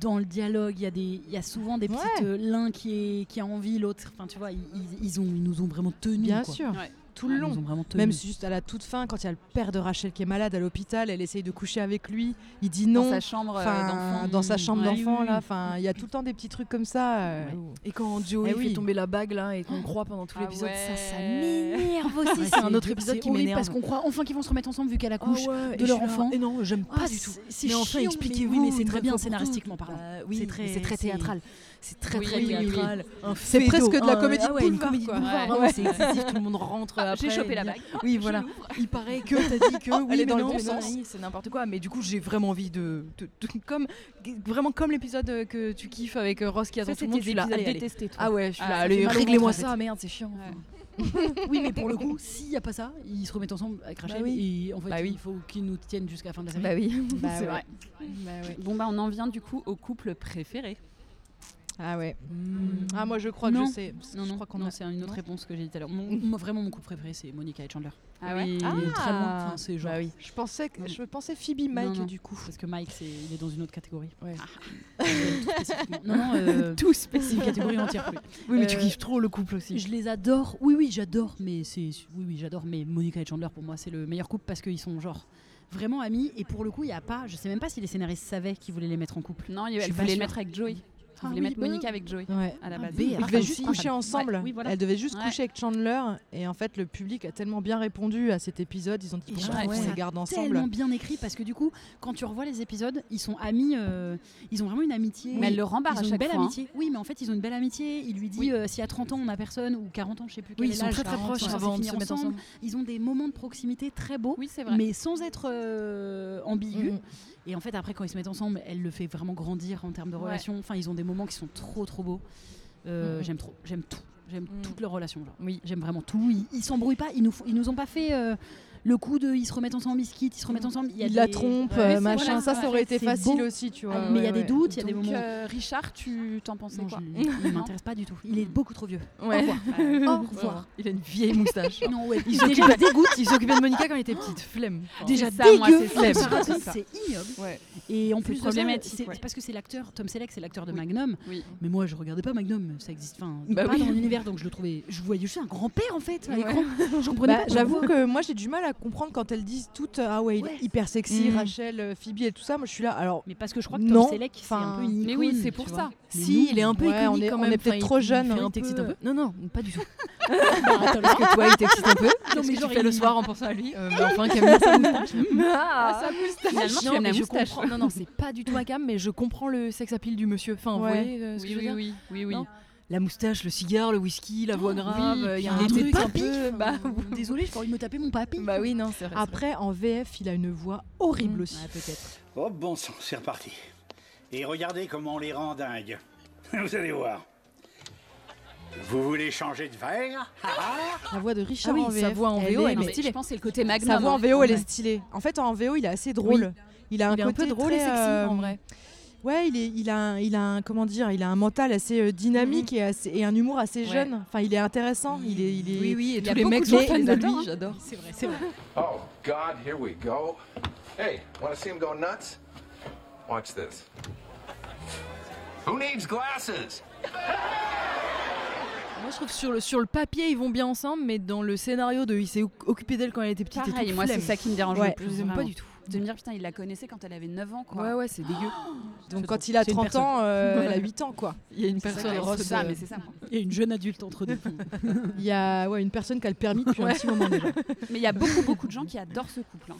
S5: Dans le dialogue, il y a, des, il y a souvent des petites. euh, L'un qui, est- qui a envie, l'autre. Enfin, tu vois, ils, ils- ils ont, ils nous ont vraiment tenus.
S1: Bien
S5: quoi.
S1: sûr, tout
S5: Ouais,
S1: le
S5: ils
S1: long.
S5: nous ont vraiment tenus.
S1: Même juste à la toute fin, quand il y a le père de Rachel qui est malade à l'hôpital, elle essaye de coucher avec lui, il dit
S2: Dans
S1: non.
S2: sa chambre, euh,
S1: Enfin,
S2: d'enfant.
S1: Dans sa chambre
S2: Ouais,
S1: d'enfant,
S2: oui,
S1: là.
S2: oui.
S1: Enfin, il y a tout le temps des petits trucs comme ça. euh,
S6: Et quand Joey
S1: Eh oui.
S6: fait tomber la bague là et qu'on croit pendant tout
S2: Ah
S6: l'épisode, ça, ça
S2: ouais.
S6: m'énerve
S5: Ouais,
S6: aussi. C'est un autre épisode qui
S5: horrible
S6: m'énerve.
S5: parce qu'on croit enfin qu'ils vont se remettre ensemble vu qu'elle accouche
S6: Ah ouais, et
S5: de
S6: je
S5: leur
S6: suis là,
S5: enfant.
S6: Et non, j'aime
S5: Ah,
S6: pas du tout.
S5: c'est
S6: mais enfin,
S5: chiant, mais
S6: expliquez-vous.
S5: oui, mais c'est
S6: une
S5: très
S6: fois
S5: bien
S6: pour
S5: scénaristiquement
S6: toutes.
S5: parlant.
S6: Bah oui,
S5: C'est
S6: c'est
S5: très-
S6: très, c'est très
S5: c'est-
S6: théâtral. C'est très
S5: Oui,
S6: très
S5: oui, oui, oui.
S6: théâtral. Un
S1: C'est
S6: fado,
S1: presque de la
S6: un-
S1: comédie de
S6: ah ouais, une
S1: boulevard,
S6: comédie de
S1: quoi.
S6: boulevard,
S1: Ouais.
S6: vraiment, c'est
S1: Ouais.
S6: excessif, tout le monde rentre
S1: J'ai
S6: après.
S1: chopé
S6: et
S1: la
S6: bien-
S1: bague.
S6: Oui,
S1: Je
S6: voilà.
S1: l'ouvre.
S6: Il paraît que t'as dit que
S1: Oh, elle
S6: oui,
S1: est dans
S6: mais
S1: le
S6: non,
S1: bon
S6: mais non,
S1: sens.
S6: oui, C'est n'importe quoi. Mais du coup, j'ai vraiment envie de, de- de- comme vraiment comme l'épisode que tu kiffes avec euh, Ross qui attend
S2: Ça,
S6: tout
S2: c'était
S6: le monde. Je suis là,
S2: des épisodes
S6: allez,
S2: à
S6: allez.
S2: détester, toi.
S6: Ah ouais, je suis
S2: Ah,
S6: là.
S2: ça fait
S6: Allez,
S2: mal au
S6: réglez-moi
S2: ventre, en
S6: ça,
S5: Ah,
S2: fait.
S6: merde, c'est chiant. enfin.
S5: oui, mais pour le coup, s'il n'y a pas ça, ils se remettent ensemble avec Rachel
S6: Bah oui.
S5: et en fait,
S6: Bah oui.
S5: il faut qu'ils nous tiennent jusqu'à la fin de la série.
S6: Bah oui.
S5: Bah
S6: C'est
S5: ouais.
S6: vrai.
S2: Bon, bah, on en vient du coup au couple préféré.
S1: Ah ouais. Ah, moi, je crois que
S5: Non.
S1: je sais. parce que
S5: Non,
S1: je
S5: non,
S1: crois qu'on
S5: non,
S1: a-
S5: c'est une autre
S1: non
S5: réponse que j'ai dit tout à l'heure. Mon- Moi, vraiment, mon couple préféré, c'est Monica et Chandler.
S2: Ah ouais
S5: Mais
S1: Ah.
S5: Très loin. Enfin, c'est genre.
S1: Bah oui. Je pensais, que- je pensais Phoebe Mike
S5: Non, non,
S1: du coup.
S5: Parce que Mike, c'est- il est dans une autre catégorie.
S1: Ah.
S5: Euh, Non, non, euh,
S1: Tout spécifiquement.
S5: Une catégorie entière. plus. Euh,
S6: Oui,
S1: Euh,
S6: mais tu kiffes trop le couple aussi.
S5: Je les adore. Oui, oui, j'adore. Mais c'est, oui, oui, j'adore. Mais Monica et Chandler, pour moi, c'est le meilleur couple parce qu'ils sont genre vraiment amis. Et pour le coup, il y a pas. Je sais même pas si les scénaristes savaient qu'ils voulaient les mettre en couple.
S2: Non, il-
S5: Je
S2: elle
S5: suis pas
S2: voulait le
S5: sûre.
S2: mettre avec Joey.
S5: Ah
S2: Elle voulait
S5: oui,
S2: mettre
S5: bah
S2: Monica avec Joey
S1: Ouais.
S2: à la base.
S1: Ils devaient juste coucher ensemble.
S2: Ah, Ouais, oui, voilà.
S1: Elle devait juste
S2: Ouais.
S1: coucher avec Chandler. Et en fait, le public a tellement bien répondu à cet épisode. Ils ont dit
S5: Et je
S1: pourquoi
S5: trouve
S1: on
S5: ça
S1: les garde
S5: Tellement
S1: ensemble.
S5: bien écrit parce que du coup, quand tu revois les épisodes, ils sont amis, euh, ils ont vraiment une amitié.
S2: Mais elle le rembarre
S5: Ils
S2: à
S5: ont une
S2: chaque
S5: belle
S2: fois, hein.
S5: amitié. Oui, mais en fait, ils ont une belle amitié. Il lui dit
S2: Oui.
S5: euh, si à 30 ans on a personne ou 40 ans, je sais plus.
S6: Oui,
S5: quel
S6: ils sont
S5: âge,
S6: très, très
S5: 40,
S6: proches
S5: on s'est
S6: avant de
S5: fini
S6: se mettre ensemble.
S5: Ils ont des moments de proximité très beaux,
S2: vrai.
S5: mais sans être euh, ambigus.
S1: Mhm.
S5: Et en fait, après, quand ils se mettent ensemble, elle le fait vraiment grandir en termes de
S2: Ouais.
S5: relations. Enfin, ils ont des moments qui sont trop, trop beaux. Euh,
S2: Mhm.
S5: J'aime trop, j'aime tout. J'aime
S2: Mhm.
S5: toutes leurs relations. Genre. Oui. J'aime vraiment tout. Ils, ils s'embrouillent pas. Ils nous, font- ils nous ont pas fait euh, le coup de ils se remettent ensemble, ils se quittent, ils se remettent ensemble. Il y a
S1: Il la
S5: des-
S1: trompe,
S5: Ouais,
S1: euh,
S5: c'est-
S1: machin.
S5: voilà,
S1: ça, ça
S5: ouais.
S1: aurait été
S5: C'est
S1: facile
S5: beau.
S1: aussi, tu vois.
S5: Ah, mais il y a
S1: ouais,
S5: des doutes, il y a des
S2: Donc,
S5: moments.
S2: euh, Richard, tu t'en pensais
S5: Non,
S2: quoi
S5: je- il m'intéresse pas du tout. Il est beaucoup trop vieux.
S6: Ouais.
S5: Au revoir.
S6: Ouais.
S5: Au revoir.
S6: Il a une vieille moustache.
S5: Non, ouais.
S6: Il
S5: déjà
S6: s'occupait dégoûte, il s'occupait de Monica quand elle était petite. Flemme.
S2: Bah,
S5: déjà
S6: C'est ça,
S5: dégueu.
S6: moi, c'est
S5: comme
S6: flemme.
S5: comparaison,
S6: C'est ça.
S5: c'est ignoble.
S6: Ouais.
S5: Et en
S6: C'est
S5: plus de ça,
S6: problématique,
S5: c'est
S6: ouais.
S5: c'est parce que c'est l'acteur Tom Selleck, c'est l'acteur de Magnum.
S2: Oui.
S5: Mais moi, je regardais pas Magnum, ça existe, enfin,
S6: Bah
S5: pas
S6: oui.
S5: dans l'univers, donc je le trouvais, je voyais juste un grand-père en fait à l'écran. Je comprenais
S1: Bah,
S5: pas.
S1: J'avoue que moi j'ai du mal à comprendre quand elles disent toutes euh, ah ouais il est
S5: Ouais.
S1: hyper sexy
S5: Mm.
S1: Rachel, euh, Phoebe et tout ça. Moi je suis là alors.
S5: Mais parce que je crois que Tom
S1: non,
S5: Selleck, c'est
S1: enfin,
S5: un peu une
S2: Mais oui,
S5: icône,
S2: c'est pour
S5: tu
S2: ça.
S5: vois. Mais
S6: Si,
S5: non.
S6: il est un peu
S1: Ouais,
S6: iconique
S1: on est-
S6: quand
S1: on
S6: même.
S1: est peut-être
S6: Enfin, il-
S1: trop jeune,
S6: Il, fait-
S1: hein.
S6: il t'excite un peu. Non, non, pas du tout.
S5: attends,
S6: Parce que toi, il t'excite un peu.
S5: Non,
S6: Est-ce
S5: mais
S6: que
S5: genre,
S6: tu fais
S5: il-
S6: le soir en pensant à lui. Euh, mais enfin, Camille, sa moustache.
S2: Ah, sa moustache. Finalement, tu
S6: Non,
S2: aimes la
S6: mais je
S2: moustache.
S6: comprends. Non, non, c'est pas du tout à cam, mais je comprends le sex appeal du monsieur. Enfin, vous
S2: Ouais.
S6: voyez euh, ce que
S2: Oui,
S6: je veux
S2: oui,
S6: dire
S2: oui, oui, oui.
S6: Non La moustache, le cigare, le whisky, la voix grave.
S5: oui,
S6: euh, Il y a
S5: puis
S6: un
S5: il est
S6: truc un
S5: papy,
S6: peu. Bah,
S5: Désolé, j'ai pas envie de me taper mon papy.
S6: bah oui, non, c'est vrai. Mm.
S1: Après en VF il a une voix horrible aussi.
S15: Oh bon sang, c'est reparti. Et regardez comment on les rend dingues. Vous allez voir. Vous voulez changer de verre
S1: La voix de Richard
S6: Ah oui,
S1: en VF.
S6: sa voix en
S1: elle
S6: VO,
S1: est-
S6: elle
S1: mais
S6: est stylée.
S2: Je pense que c'est le côté Magnum.
S1: Sa voix en VO elle est
S2: Ouais.
S1: stylée. En fait en VO il est assez drôle. Il a un
S6: Il est un
S1: côté
S6: peu drôle et
S1: très,
S6: sexy,
S1: euh,
S6: en vrai.
S1: Ouais, il, est, il a, un- il a un, comment dire, il a un mental assez euh, dynamique et, assez- et un humour assez jeune. Enfin, il est intéressant. Il est, il est...
S6: Mm. Oui, oui, et
S1: Il y a
S6: tous les
S1: beaucoup
S6: mecs
S1: de
S6: sont
S1: gens qui
S6: fans de
S1: l'adorent,
S6: lui,
S1: hein.
S6: j'adore.
S5: C'est vrai, c'est vrai.
S15: Oh,
S16: God, here we go. Hey, want to see him go nuts? Watch this. Who needs glasses?
S6: Moi, je trouve que sur le, sur le papier, ils vont bien ensemble, mais dans le scénario de il s'est oc- occupé d'elle quand elle était petite. et
S2: Pareil,
S6: tout,
S2: moi,
S6: flemme.
S2: c'est ça qui me dérange
S6: Ouais,
S2: le plus.
S6: je les aime pas
S2: vraiment.
S6: du tout.
S2: De me dire, putain, il la connaissait quand elle avait 9 ans, quoi.
S6: Ouais, ouais, c'est dégueu.
S1: Donc quand il a 30 ans, euh, elle a 8 ans, quoi.
S6: Il y a une
S1: C'est ça,
S6: personne
S1: grosse,
S6: grosse.
S1: euh,
S6: de-
S5: Il y a une jeune adulte entre deux.
S1: Il y a ouais, une personne qui a le permis depuis un
S2: Ouais.
S1: petit moment déjà.
S2: Mais il y a beaucoup, beaucoup de gens qui adorent ce couple. hein.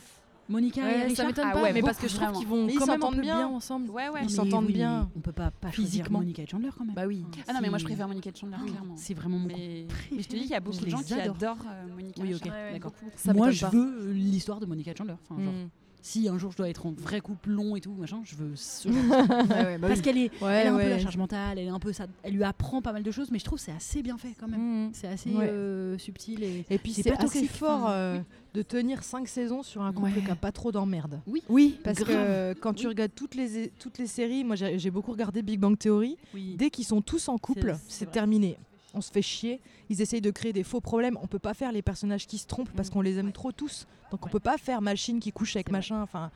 S5: Monica
S6: Ouais,
S5: et Richard
S6: ça m'étonne
S2: Ah
S6: pas,
S2: ouais,
S6: mais parce que
S2: beaucoup,
S6: je trouve
S2: vraiment.
S6: qu'ils vont
S2: Mais ils
S6: quand même un
S2: s'entendent
S6: peu
S2: bien.
S6: bien. ensemble.
S2: Ouais, ouais.
S5: Mais
S6: Ils s'entendent
S5: oui,
S6: bien.
S5: mais On peut pas pas choisir
S6: Physiquement.
S5: Monica Chandler quand même.
S6: Bah oui.
S2: Ah non, mais moi, je
S5: Si.
S2: préfère Monica Chandler, clairement.
S5: Ah C'est vraiment mon
S2: Mais mais je te dis qu'il y a beaucoup
S5: Je
S2: de gens
S5: les
S2: qui
S5: adore.
S2: adorent euh, Monica
S5: Oui, ok,
S2: Chandler.
S5: d'accord.
S2: Beaucoup.
S5: Moi, je veux l'histoire de Monica Chandler. Enfin, genre,
S2: Mm.
S5: Si un jour je dois être en vrai couple long et tout, machin, je veux ce genre de truc.
S6: Ouais, ouais, bah
S5: Parce
S6: oui.
S5: qu'elle est,
S6: Ouais,
S5: elle a un
S6: ouais.
S5: peu la charge mentale, elle, est un peu ça, elle lui apprend pas mal de choses, mais je trouve que c'est assez bien fait quand même. C'est assez
S1: Mm. Ouais.
S5: euh, subtil et,
S1: Mmh. Et puis c'est
S5: pas toqué.
S1: assez fort
S5: Enfin,
S1: euh,
S5: oui.
S1: de tenir 5 saisons sur un couple qui a pas trop d'emmerde.
S5: Oui,
S1: parce
S5: grave.
S1: que quand tu regardes toutes les, toutes les séries, moi j'ai j'ai beaucoup regardé Big Bang Theory, dès qu'ils sont tous en couple,
S5: c'est
S1: c'est
S5: vrai.
S1: terminé. On se fait chier, ils essayent de créer des faux problèmes, on peut pas faire les personnages qui se trompent
S6: Mm.
S1: parce qu'on les aime trop tous. Donc on peut pas faire machine qui couche avec machin, enfin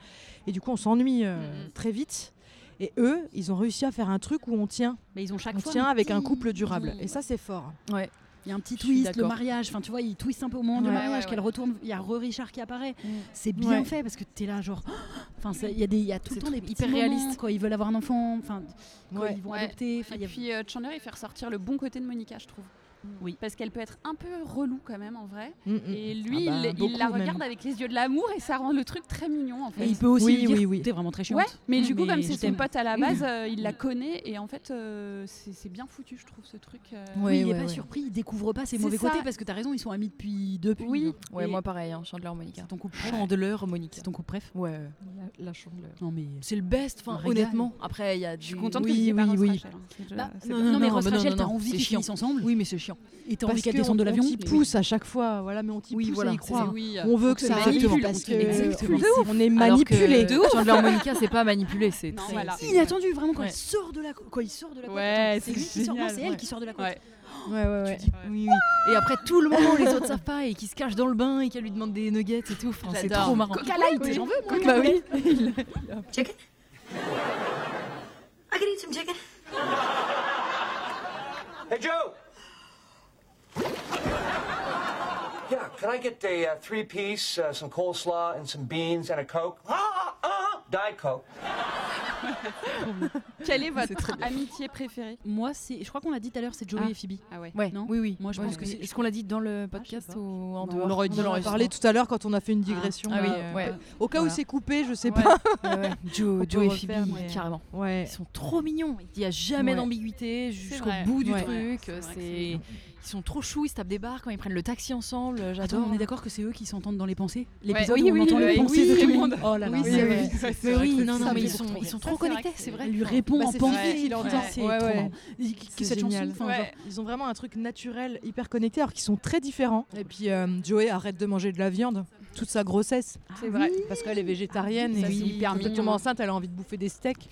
S1: et du coup on s'ennuie
S6: Mm,
S1: euh, très vite. Et eux, ils ont réussi à faire un truc où on tient.
S5: Mais ils ont chaque
S1: on
S5: fois
S1: tient
S5: un
S1: avec un
S5: petit-
S1: couple durable.
S5: petit-
S1: Et ça, c'est fort.
S6: Ouais.
S5: Il y a un petit
S1: Je suis
S5: twist, le
S1: d'accord.
S5: mariage. Enfin, tu vois, il twist un peu au moment du
S1: Ouais,
S5: mariage,
S1: ouais, ouais.
S5: qu'elle retourne. Il y a Re Richard qui apparaît. C'est bien
S1: Ouais.
S5: fait parce que t'es là, genre. Enfin, ça- il y a des, il y a tout le temps des petits
S2: hyper réaliste.
S5: moments quand ils veulent avoir un enfant. Enfin, quand
S2: Ouais.
S5: ils vont
S2: Ouais.
S5: adopter. Enfin, il y
S2: Et
S5: a-
S2: puis euh, Chandler, il fait ressortir le bon côté de Monica, je trouve.
S5: Mm. Oui.
S2: Parce qu'elle peut être un peu relou quand même en vrai.
S1: Mm, mm.
S2: Et lui,
S1: Ah bah,
S2: il- il,
S1: beaucoup
S2: la
S1: même.
S2: regarde avec les yeux de l'amour et ça rend le truc très mignon en fait.
S5: Et il peut aussi
S1: Oui,
S5: lui dire,
S1: oui, oui.
S5: t'es vraiment très chiante.
S2: euh, Ouais, mais du coup, comme
S5: je
S2: c'est son
S5: t'aime. Mm.
S2: pote à la base, euh, il la connaît et en fait, euh, c'est c'est bien foutu, je trouve, ce truc. euh.
S5: Oui, il est pas surpris, il découvre pas ses
S2: C'est
S5: mauvais
S2: ça.
S5: côtés parce que t'as raison, ils sont amis depuis depuis.
S2: Oui.
S6: Ouais,
S5: Et-
S6: moi pareil, hein, Chandler Monica.
S5: ton couple
S6: Chandler Monica. C'est
S5: ton couple préf
S6: Ouais, ouais. la, la Chandler.
S5: Non mais
S6: c'est le best, enfin
S5: On régale.
S6: honnêtement. Après il y a
S2: Je suis
S6: du-
S2: contente que tu aies pas Ross Rachel, hein. C'est déjà-
S6: Bah,
S2: c'est
S6: non,
S2: bien.
S6: non,
S5: Non mais
S6: non,
S5: Ross
S6: non,
S5: Rachel,
S6: non,
S5: t'as
S6: non,
S5: envie
S6: c'est
S5: qu'ils
S6: chiant.
S5: finissent ensemble.
S6: Oui mais c'est chiant.
S5: Et t'as
S1: Parce
S5: envie qu'elle
S1: qu'on-
S5: descende de
S1: on
S5: l'avion.
S1: t'y pousse à chaque fois, voilà, mais on t'y pousse
S6: voilà,
S1: à y croire.
S6: oui,
S1: on
S6: on
S1: veut
S6: te
S1: que ça
S6: manipule,
S1: arrive
S6: on
S1: parce
S6: te
S1: que
S6: manipule.
S1: euh, on est
S6: Alors que
S1: manipulé.
S6: Chandler Monica c'est pas manipulé, c'est
S5: Non,
S6: très-
S5: voilà.
S6: c'est-
S5: Inattendu vraiment quand
S6: Ouais.
S5: il sort de la co- quand il sort de la côte.
S6: Ouais,
S5: attends, c'est
S6: c'est
S5: lui qui sort, non,
S6: génial,
S5: c'est elle
S6: ouais.
S5: qui sort de la côte.
S6: Ouais.
S1: Ouais, ouais, ouais.
S6: Oui, oui. Et après tout le moment où les autres savent pas et qui se cachent dans le bain et qu'elle lui demande des nuggets et tout, Enfin, c'est
S2: J'adore.
S6: trop marrant.
S2: Coca Light, j'en veux, moi, Bah
S6: Coca
S2: Coca
S6: Light.
S2: Light.
S6: Il a-
S13: I could eat some chicken.
S11: Hey, Joe!
S17: Yeah, can I get a uh, three piece, uh, some coleslaw, and some beans, and a Coke? Ah, ah, Diet Coke.
S2: Quelle est votre amitié préférée
S5: Moi c'est je crois qu'on l'a dit tout à l'heure c'est Joey
S2: Ah.
S5: et Phoebe.
S2: Ah ouais.
S6: Ouais,
S5: Non
S6: oui, oui.
S5: Moi je
S6: Ouais,
S5: pense que
S6: oui.
S5: c'est
S6: Est-ce qu'on l'a dit dans le podcast ou en
S5: Non,
S6: dehors
S5: on l'aurait dit
S6: de
S1: On en a
S6: l'enregistrement
S1: parlé tout à l'heure quand on a fait une digression. euh,
S6: Ah oui,
S1: là.
S6: ouais.
S1: Au cas
S6: Voilà.
S1: où c'est coupé, je sais pas.
S6: Ouais, ouais.
S1: On
S6: Joe,
S1: peut
S6: Joe et
S1: refaire,
S6: Phoebe,
S1: mais-
S6: carrément.
S1: Ouais.
S6: Ils sont trop mignons. Il n'y a jamais
S1: Ouais.
S6: d'ambiguïté jusqu'au
S1: vrai.
S6: bout du
S1: Ouais.
S6: truc.
S1: Ouais, c'est vrai que
S6: c'est-
S1: c'est
S6: Ils
S1: mignon.
S6: sont trop choux, ils se tapent des barres quand ils prennent le taxi ensemble.
S5: Attends,
S6: J'adore.
S5: on est d'accord que c'est eux qui s'entendent dans les pensées
S6: Ouais,
S5: L'épisode
S6: oui,
S5: où on
S6: oui,
S5: entend
S6: oui,
S5: les
S6: oui,
S5: pensées
S6: oui,
S5: de tout
S6: oui.
S5: le monde. Oh là là,
S6: Oui,
S5: c'est
S6: c'est
S5: vrai.
S6: vrai.
S5: C'est
S6: Mais
S5: vrai
S6: oui,
S5: que
S6: non,
S5: ça,
S6: non, mais
S5: je
S6: ils sont-
S5: trouve
S6: ils sont
S5: ça,
S6: trop
S5: c'est vrai
S6: connectés,
S5: que
S6: c'est vrai.
S5: Elle lui répond
S1: Bah,
S5: en
S1: c'est Phoebe
S5: pensée.
S1: qui l'entend.
S5: C'est
S1: Ouais,
S5: trop
S1: ouais.
S5: marrant. Et- que
S1: C'est
S5: cette chanson,
S1: génial.
S5: enfin,
S1: Ouais.
S5: genre-
S1: Ils ont vraiment un truc naturel, hyper connecté, alors qu'ils sont très différents. Et puis euh, Joey arrête de manger de la viande toute sa grossesse.
S2: C'est vrai.
S1: Parce qu'elle est végétarienne
S2: Ah oui, ça,
S1: et
S2: c'est
S1: oui,
S2: hyper
S1: quand elle
S2: mignon.
S1: tombe enceinte, elle a envie de bouffer des steaks.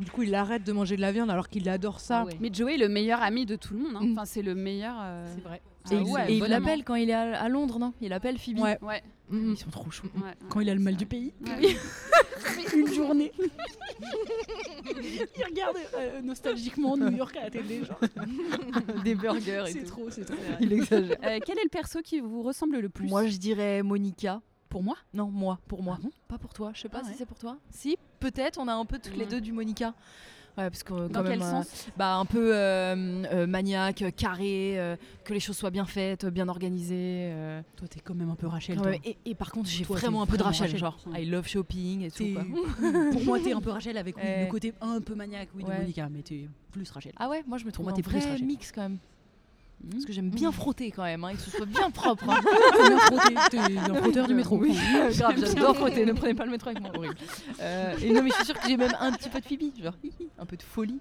S1: Du coup, il arrête de manger de la viande alors qu'il adore ça.
S2: Mais Joey est le meilleur ami de tout le monde. hein. Enfin, c'est le meilleur. euh, C'est vrai.
S6: Et il- et il l'appelle quand il est à à Londres, non Il appelle Phoebe.
S2: Ouais. Ouais.
S5: Mm,
S6: Ils sont trop chauds.
S5: Quand il a le mal du pays.
S2: Ouais.
S5: Une journée. il regarde euh, nostalgiquement New York à la télé. Genre.
S6: Des burgers et
S5: C'est
S6: tout.
S5: trop, c'est trop.
S6: Il exagère.
S2: Euh, quel est le perso qui vous ressemble le plus
S6: Moi, je dirais Monica.
S5: Pour moi
S6: Non, moi, pour
S1: Ah
S6: moi. pas pour toi. Je sais pas si c'est pour toi. Si, peut-être. On a un peu toutes les deux du Monica. Ouais, parce que euh,
S2: Dans
S6: quand
S2: quel
S6: même, euh,
S2: sens
S6: Bah, un peu euh, euh, maniaque, euh, carré, euh, que les choses soient bien faites, euh, bien organisées. euh.
S5: Toi, t'es quand même un peu Rachel.
S6: Ouais,
S5: toi.
S6: Ah ouais, et, et par contre, j'ai
S5: Toi, t'es
S6: vraiment un peu de
S5: vraiment
S6: Rachel,
S5: Rachel.
S6: genre I love shopping et tout.
S5: T'es-
S6: quoi.
S5: pour moi, t'es un peu Rachel avec oui,
S6: Ouais.
S5: le côté un peu maniaque oui,
S6: Ouais.
S5: de Monica, mais t'es plus Rachel.
S6: Ah ouais, moi je me
S5: Pour
S6: trouve
S5: moi,
S6: un
S5: t'es plus
S6: vrai
S5: Rachel.
S6: mix quand même. Parce que j'aime bien frotter quand même, hein, et que ce soit bien propre. hein.
S5: T'es bien frotté, t'es un frotteur du métro.
S6: Oui, grave,
S5: Bien.
S6: j'adore frotter. Ne prenez pas le métro avec moi, horrible. Euh, et non, mais je suis sûre que j'ai même un petit peu de Phoebe, genre hi, hi, un peu de folie.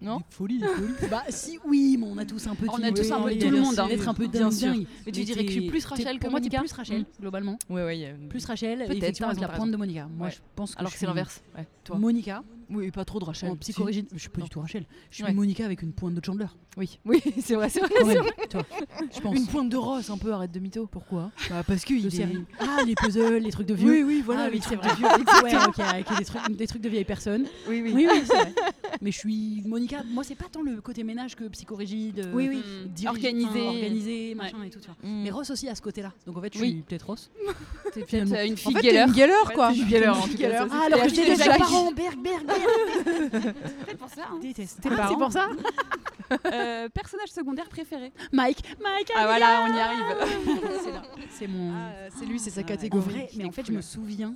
S6: Non
S5: Folie, folie. Bah si, oui, mais on a tous un peu. de
S2: On a
S5: Phoebe,
S2: tous un
S5: oui,
S2: peu de
S5: bien
S2: tout le
S5: sûr,
S2: monde, hein.
S5: d'être un peu
S6: Bien
S5: dingue.
S6: sûr.
S5: dingue.
S6: Mais tu dirais que je suis
S5: t'es-
S6: plus Rachel
S5: t'es-
S6: que
S5: pour moi, t'es
S6: Monica. Hmm.
S5: plus Rachel globalement.
S6: Ouais, ouais. il y a une-
S5: Plus Rachel,
S6: Peut-être,
S5: effectivement,
S6: t'as
S5: avec la
S6: raison,
S5: prendre de
S6: t'as
S5: Monica. Moi,
S6: raison.
S5: je pense que
S6: Alors
S5: je
S6: que c'est
S5: suis
S6: l'inverse. Ouais, toi.
S5: Monica,
S6: Oui, pas trop de Rachel.
S5: En psychorigine, je suis pas du tout Rachel. Je suis Monica avec une pointe de Chandler.
S6: Oui, oui, c'est vrai, c'est vrai.
S5: Quand
S6: c'est
S5: même,
S6: vrai.
S5: tu vois, je pense.
S6: Une pointe de Ross, un peu, arrête de mytho. Pourquoi bah, Parce que
S5: De
S6: il est...
S5: série. Ah, les puzzles, les trucs de vieux.
S6: Oui, oui, voilà,
S5: Ah
S6: les
S5: oui, c'est
S6: trucs
S5: vrai.
S6: de vieux,
S5: ouais, ok, avec des trucs, des trucs de vieilles personnes.
S6: Oui, oui.
S5: oui, c'est vrai. Mais je suis Monica. Moi, c'est pas tant le côté ménage que psychorigide. euh,
S6: Oui, oui.
S5: dirige-
S2: Organisé.
S5: enfin, organisé, machin
S2: Ouais. Mm.
S5: et tout. tu vois. Mais Ross aussi à ce côté-là. Donc en fait, je
S2: Oui.
S5: suis peut-être Ross.
S2: T'es
S5: Finalement.
S2: peut-être, euh, une
S5: En
S2: fille
S5: fait, t'es
S2: gueuleur.
S5: une gueuleur,
S2: Ouais,
S5: quoi.
S2: t'es une gueuleur,
S5: T'es
S2: en tout cas, ça,
S5: gueuleur. Ah,
S2: c'est
S5: alors que
S2: la
S5: j'étais
S2: fille de
S5: déjà
S2: Jacques.
S5: parent. Berg, berg, berg.
S2: peut-être pour ça. hein.
S5: tes
S2: Ah,
S5: parents.
S2: c'est pour ça Euh, Personnage secondaire préféré
S5: Mike, Mike.
S2: Ah voilà, on y arrive.
S5: C'est là. C'est mon.
S1: c'est lui, c'est sa
S5: Ah ouais.
S1: catégorie.
S5: En vrai,
S1: Putain,
S5: mais en fait, je
S1: cool.
S5: me souviens.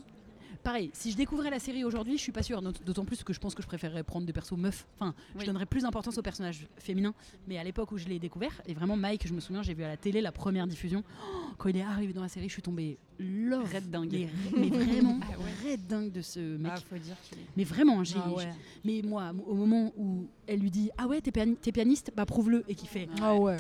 S5: Pareil, si je découvrais la série aujourd'hui, je suis pas sûre. D'aut- D'autant plus que je pense que je préférerais prendre des persos meufs. Enfin, je
S2: Oui.
S5: donnerais plus d'importance aux personnages féminins. Mais à l'époque où je l'ai découvert, et vraiment Mike, je me souviens, j'ai vu à la télé la première diffusion. Oh, quand il est arrivé dans la série, je suis tombée love.
S2: Red dingue.
S5: Mais, mais vraiment, red dingue de ce mec. Mais vraiment, j'ai.
S2: Ah ouais.
S5: j'ai- Mais moi, au moment où elle lui dit Ah ouais, t'es piani- t'es pianiste Bah prouve-le. Et qui fait
S1: Ah ouais.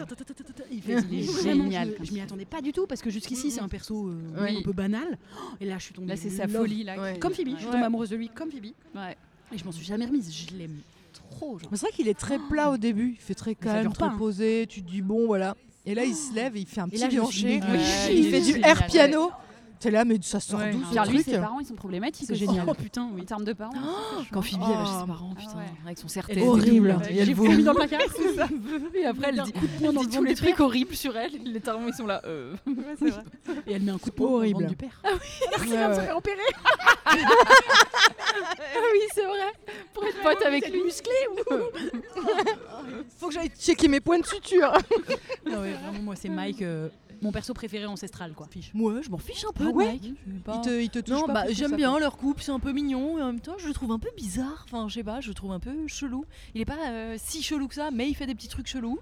S5: Il fait
S1: Il est
S5: Vraiment,
S1: génial
S5: Je,
S1: comme
S5: je m'y
S1: ça.
S5: attendais pas du tout parce que jusqu'ici, c'est un perso euh,
S1: Oui.
S5: un peu banal. Oh, Et là, je suis tombée.
S2: Là, c'est sa
S5: love.
S2: folie, là, qui-
S5: Comme Phoebe, je suis tombée
S2: Ouais.
S5: amoureuse de lui, comme Phoebe.
S2: Ouais.
S5: Et je m'en suis jamais remise. Je l'aime trop. genre.
S1: Mais c'est vrai qu'il est très plat au début, il fait très
S5: Mais ça
S1: calme,
S5: dure
S1: très
S5: pas, hein.
S1: posé, tu te dis bon voilà. Et là il se
S6: Ah.
S1: lève, et il fait un
S5: Et
S1: petit
S5: là, je me suis
S1: violonché,
S5: dit, mais
S1: Ouais.
S5: chill.
S1: il fait du
S5: C'est
S1: air
S5: génial.
S1: piano. T'es là mais ça sort d'où ce
S2: Car lui,
S1: truc
S2: ses parents, ils sont problématiques.
S1: C'est
S2: aussi.
S1: génial.
S5: Oh, putain, oui. Oh,
S2: En termes de parents. Ah,
S6: Quand Phoebe, elle va chez ses parents, putain, avec son serre-tête.
S2: J'ai
S6: Elle
S2: vomi
S6: vomit
S2: dans le placard.
S6: Et après, elle dit,
S5: poing dans
S6: elle dit
S5: le
S6: tous
S5: ventre
S6: les
S5: du
S6: trucs
S5: père.
S6: horribles sur elle. Les tarons, ils sont là. euh.
S5: Et elle met un coup de poing dans le ventre du père.
S6: Ah oui, elle
S5: Ouais,
S6: vient de se
S5: ouais.
S6: faire opérer. Ah oui, c'est vrai. Pour être pote avec lui. musclé
S1: Faut que j'aille checker mes points de suture.
S5: Non, ouais, vraiment, moi, c'est Mike, euh, mon perso préféré ancestral, quoi.
S6: Moi, je m'en fiche un peu
S5: Ah
S6: de
S5: ouais
S6: Mike. Je sais pas.
S5: Il te- il te touche
S6: non,
S5: pas
S6: bah,
S5: plus que
S6: j'aime
S5: ça,
S6: bien
S5: quoi.
S6: leur couple, c'est un peu mignon et en même temps, je le trouve un peu bizarre. Enfin, je sais pas, je le trouve un peu chelou. Il est pas euh, si chelou que ça, mais il fait des petits trucs chelous.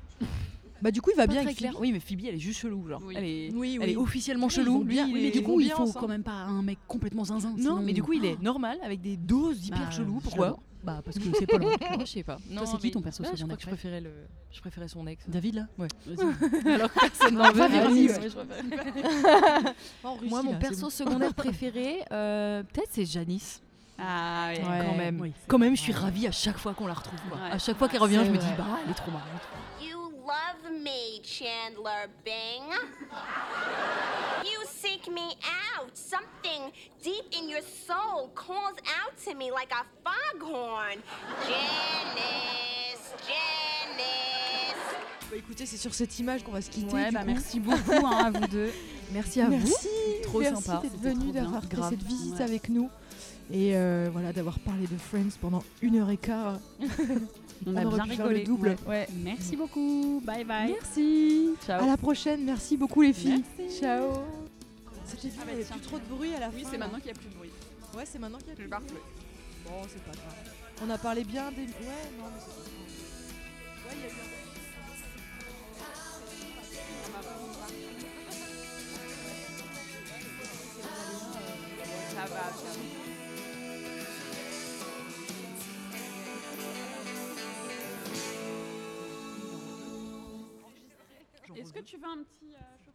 S1: Bah du coup il va
S6: Pas
S1: bien
S6: très
S1: avec
S6: clair.
S1: Phoebe.
S6: Oui, mais Phoebe, elle est juste chelou, genre. Elle est,
S1: Oui,
S6: elle
S1: oui.
S6: est officiellement
S1: Oui, ils
S6: chelou.
S1: vont bien,
S6: Lui,
S1: oui,
S6: il
S1: mais
S6: est-
S5: du
S6: ils
S5: coup,
S6: vont
S5: il
S6: bien
S5: faut
S6: ensemble.
S5: quand même pas un mec complètement zinzin.
S6: Non, mais du coup, il est normal avec des doses hyper
S5: Bah,
S6: cheloues.
S5: je
S6: Pourquoi
S5: l'avoue. Bah, parce que c'est pas le
S6: Moi, Je sais pas.
S5: Toi, c'est qui
S6: mais-
S5: ton perso
S6: Ouais, Je crois
S5: secondaire
S6: que je préférais le, je préférais son ex.
S5: David, là
S6: Ouais.
S5: Vas-y.
S6: Alors que personne n'en
S5: Ah,
S6: veut.
S5: vas-y,
S6: Vas-y,
S5: vas-y.
S6: ouais, je préfère.
S5: En Russie,
S6: Moi, mon
S5: là, c'est
S6: perso
S5: bon.
S6: secondaire préféré, euh, peut-être c'est Janice.
S2: Ah, ouais.
S6: quand même.
S2: Oui.
S6: quand même, je suis ravie à chaque fois qu'on la retrouve. quoi.
S2: Ouais.
S6: À chaque fois qu'elle revient,
S2: C'est
S6: je me
S2: vrai.
S6: dis, bah, elle est trop marrante.
S13: You love me, Chandler Bing. You seek me out. Something deep in your soul calls out to me like a foghorn. Janice, Janice.
S1: Bah écoutez, c'est sur cette image qu'on va se quitter.
S2: Ouais,
S1: du
S2: bah,
S1: coup.
S2: merci beaucoup hein, à vous deux.
S1: Merci à
S2: Merci,
S1: vous.
S2: trop
S1: merci
S2: sympa.
S1: d'être
S2: C'était trop
S1: venu,
S2: bien,
S1: d'avoir fait
S2: grave.
S1: cette visite
S2: Ouais.
S1: avec nous et euh, voilà d'avoir parlé de Friends pendant une heure et quart.
S2: On a
S1: aurait
S2: bien
S1: pu faire
S2: rigolé.
S1: le double.
S2: Ouais. Ouais. Merci beaucoup. Bye bye.
S1: Merci.
S2: Ciao.
S1: À la prochaine. Merci beaucoup les filles. Ciao.
S2: C'était Ah,
S1: vu, il y avait plus trop de bruit à la
S2: Oui,
S1: fin,
S2: c'est
S1: là.
S2: maintenant qu'il n'y a plus de bruit.
S1: Ouais, c'est maintenant qu'il y a
S2: plus de bruit.
S1: Bon, c'est pas grave. On a parlé bien des. Ouais, non, mais c'est pas grave. Ouais, il y a eu un-
S2: Ça va, ça va. Est-ce que tu veux un petit euh, chocolat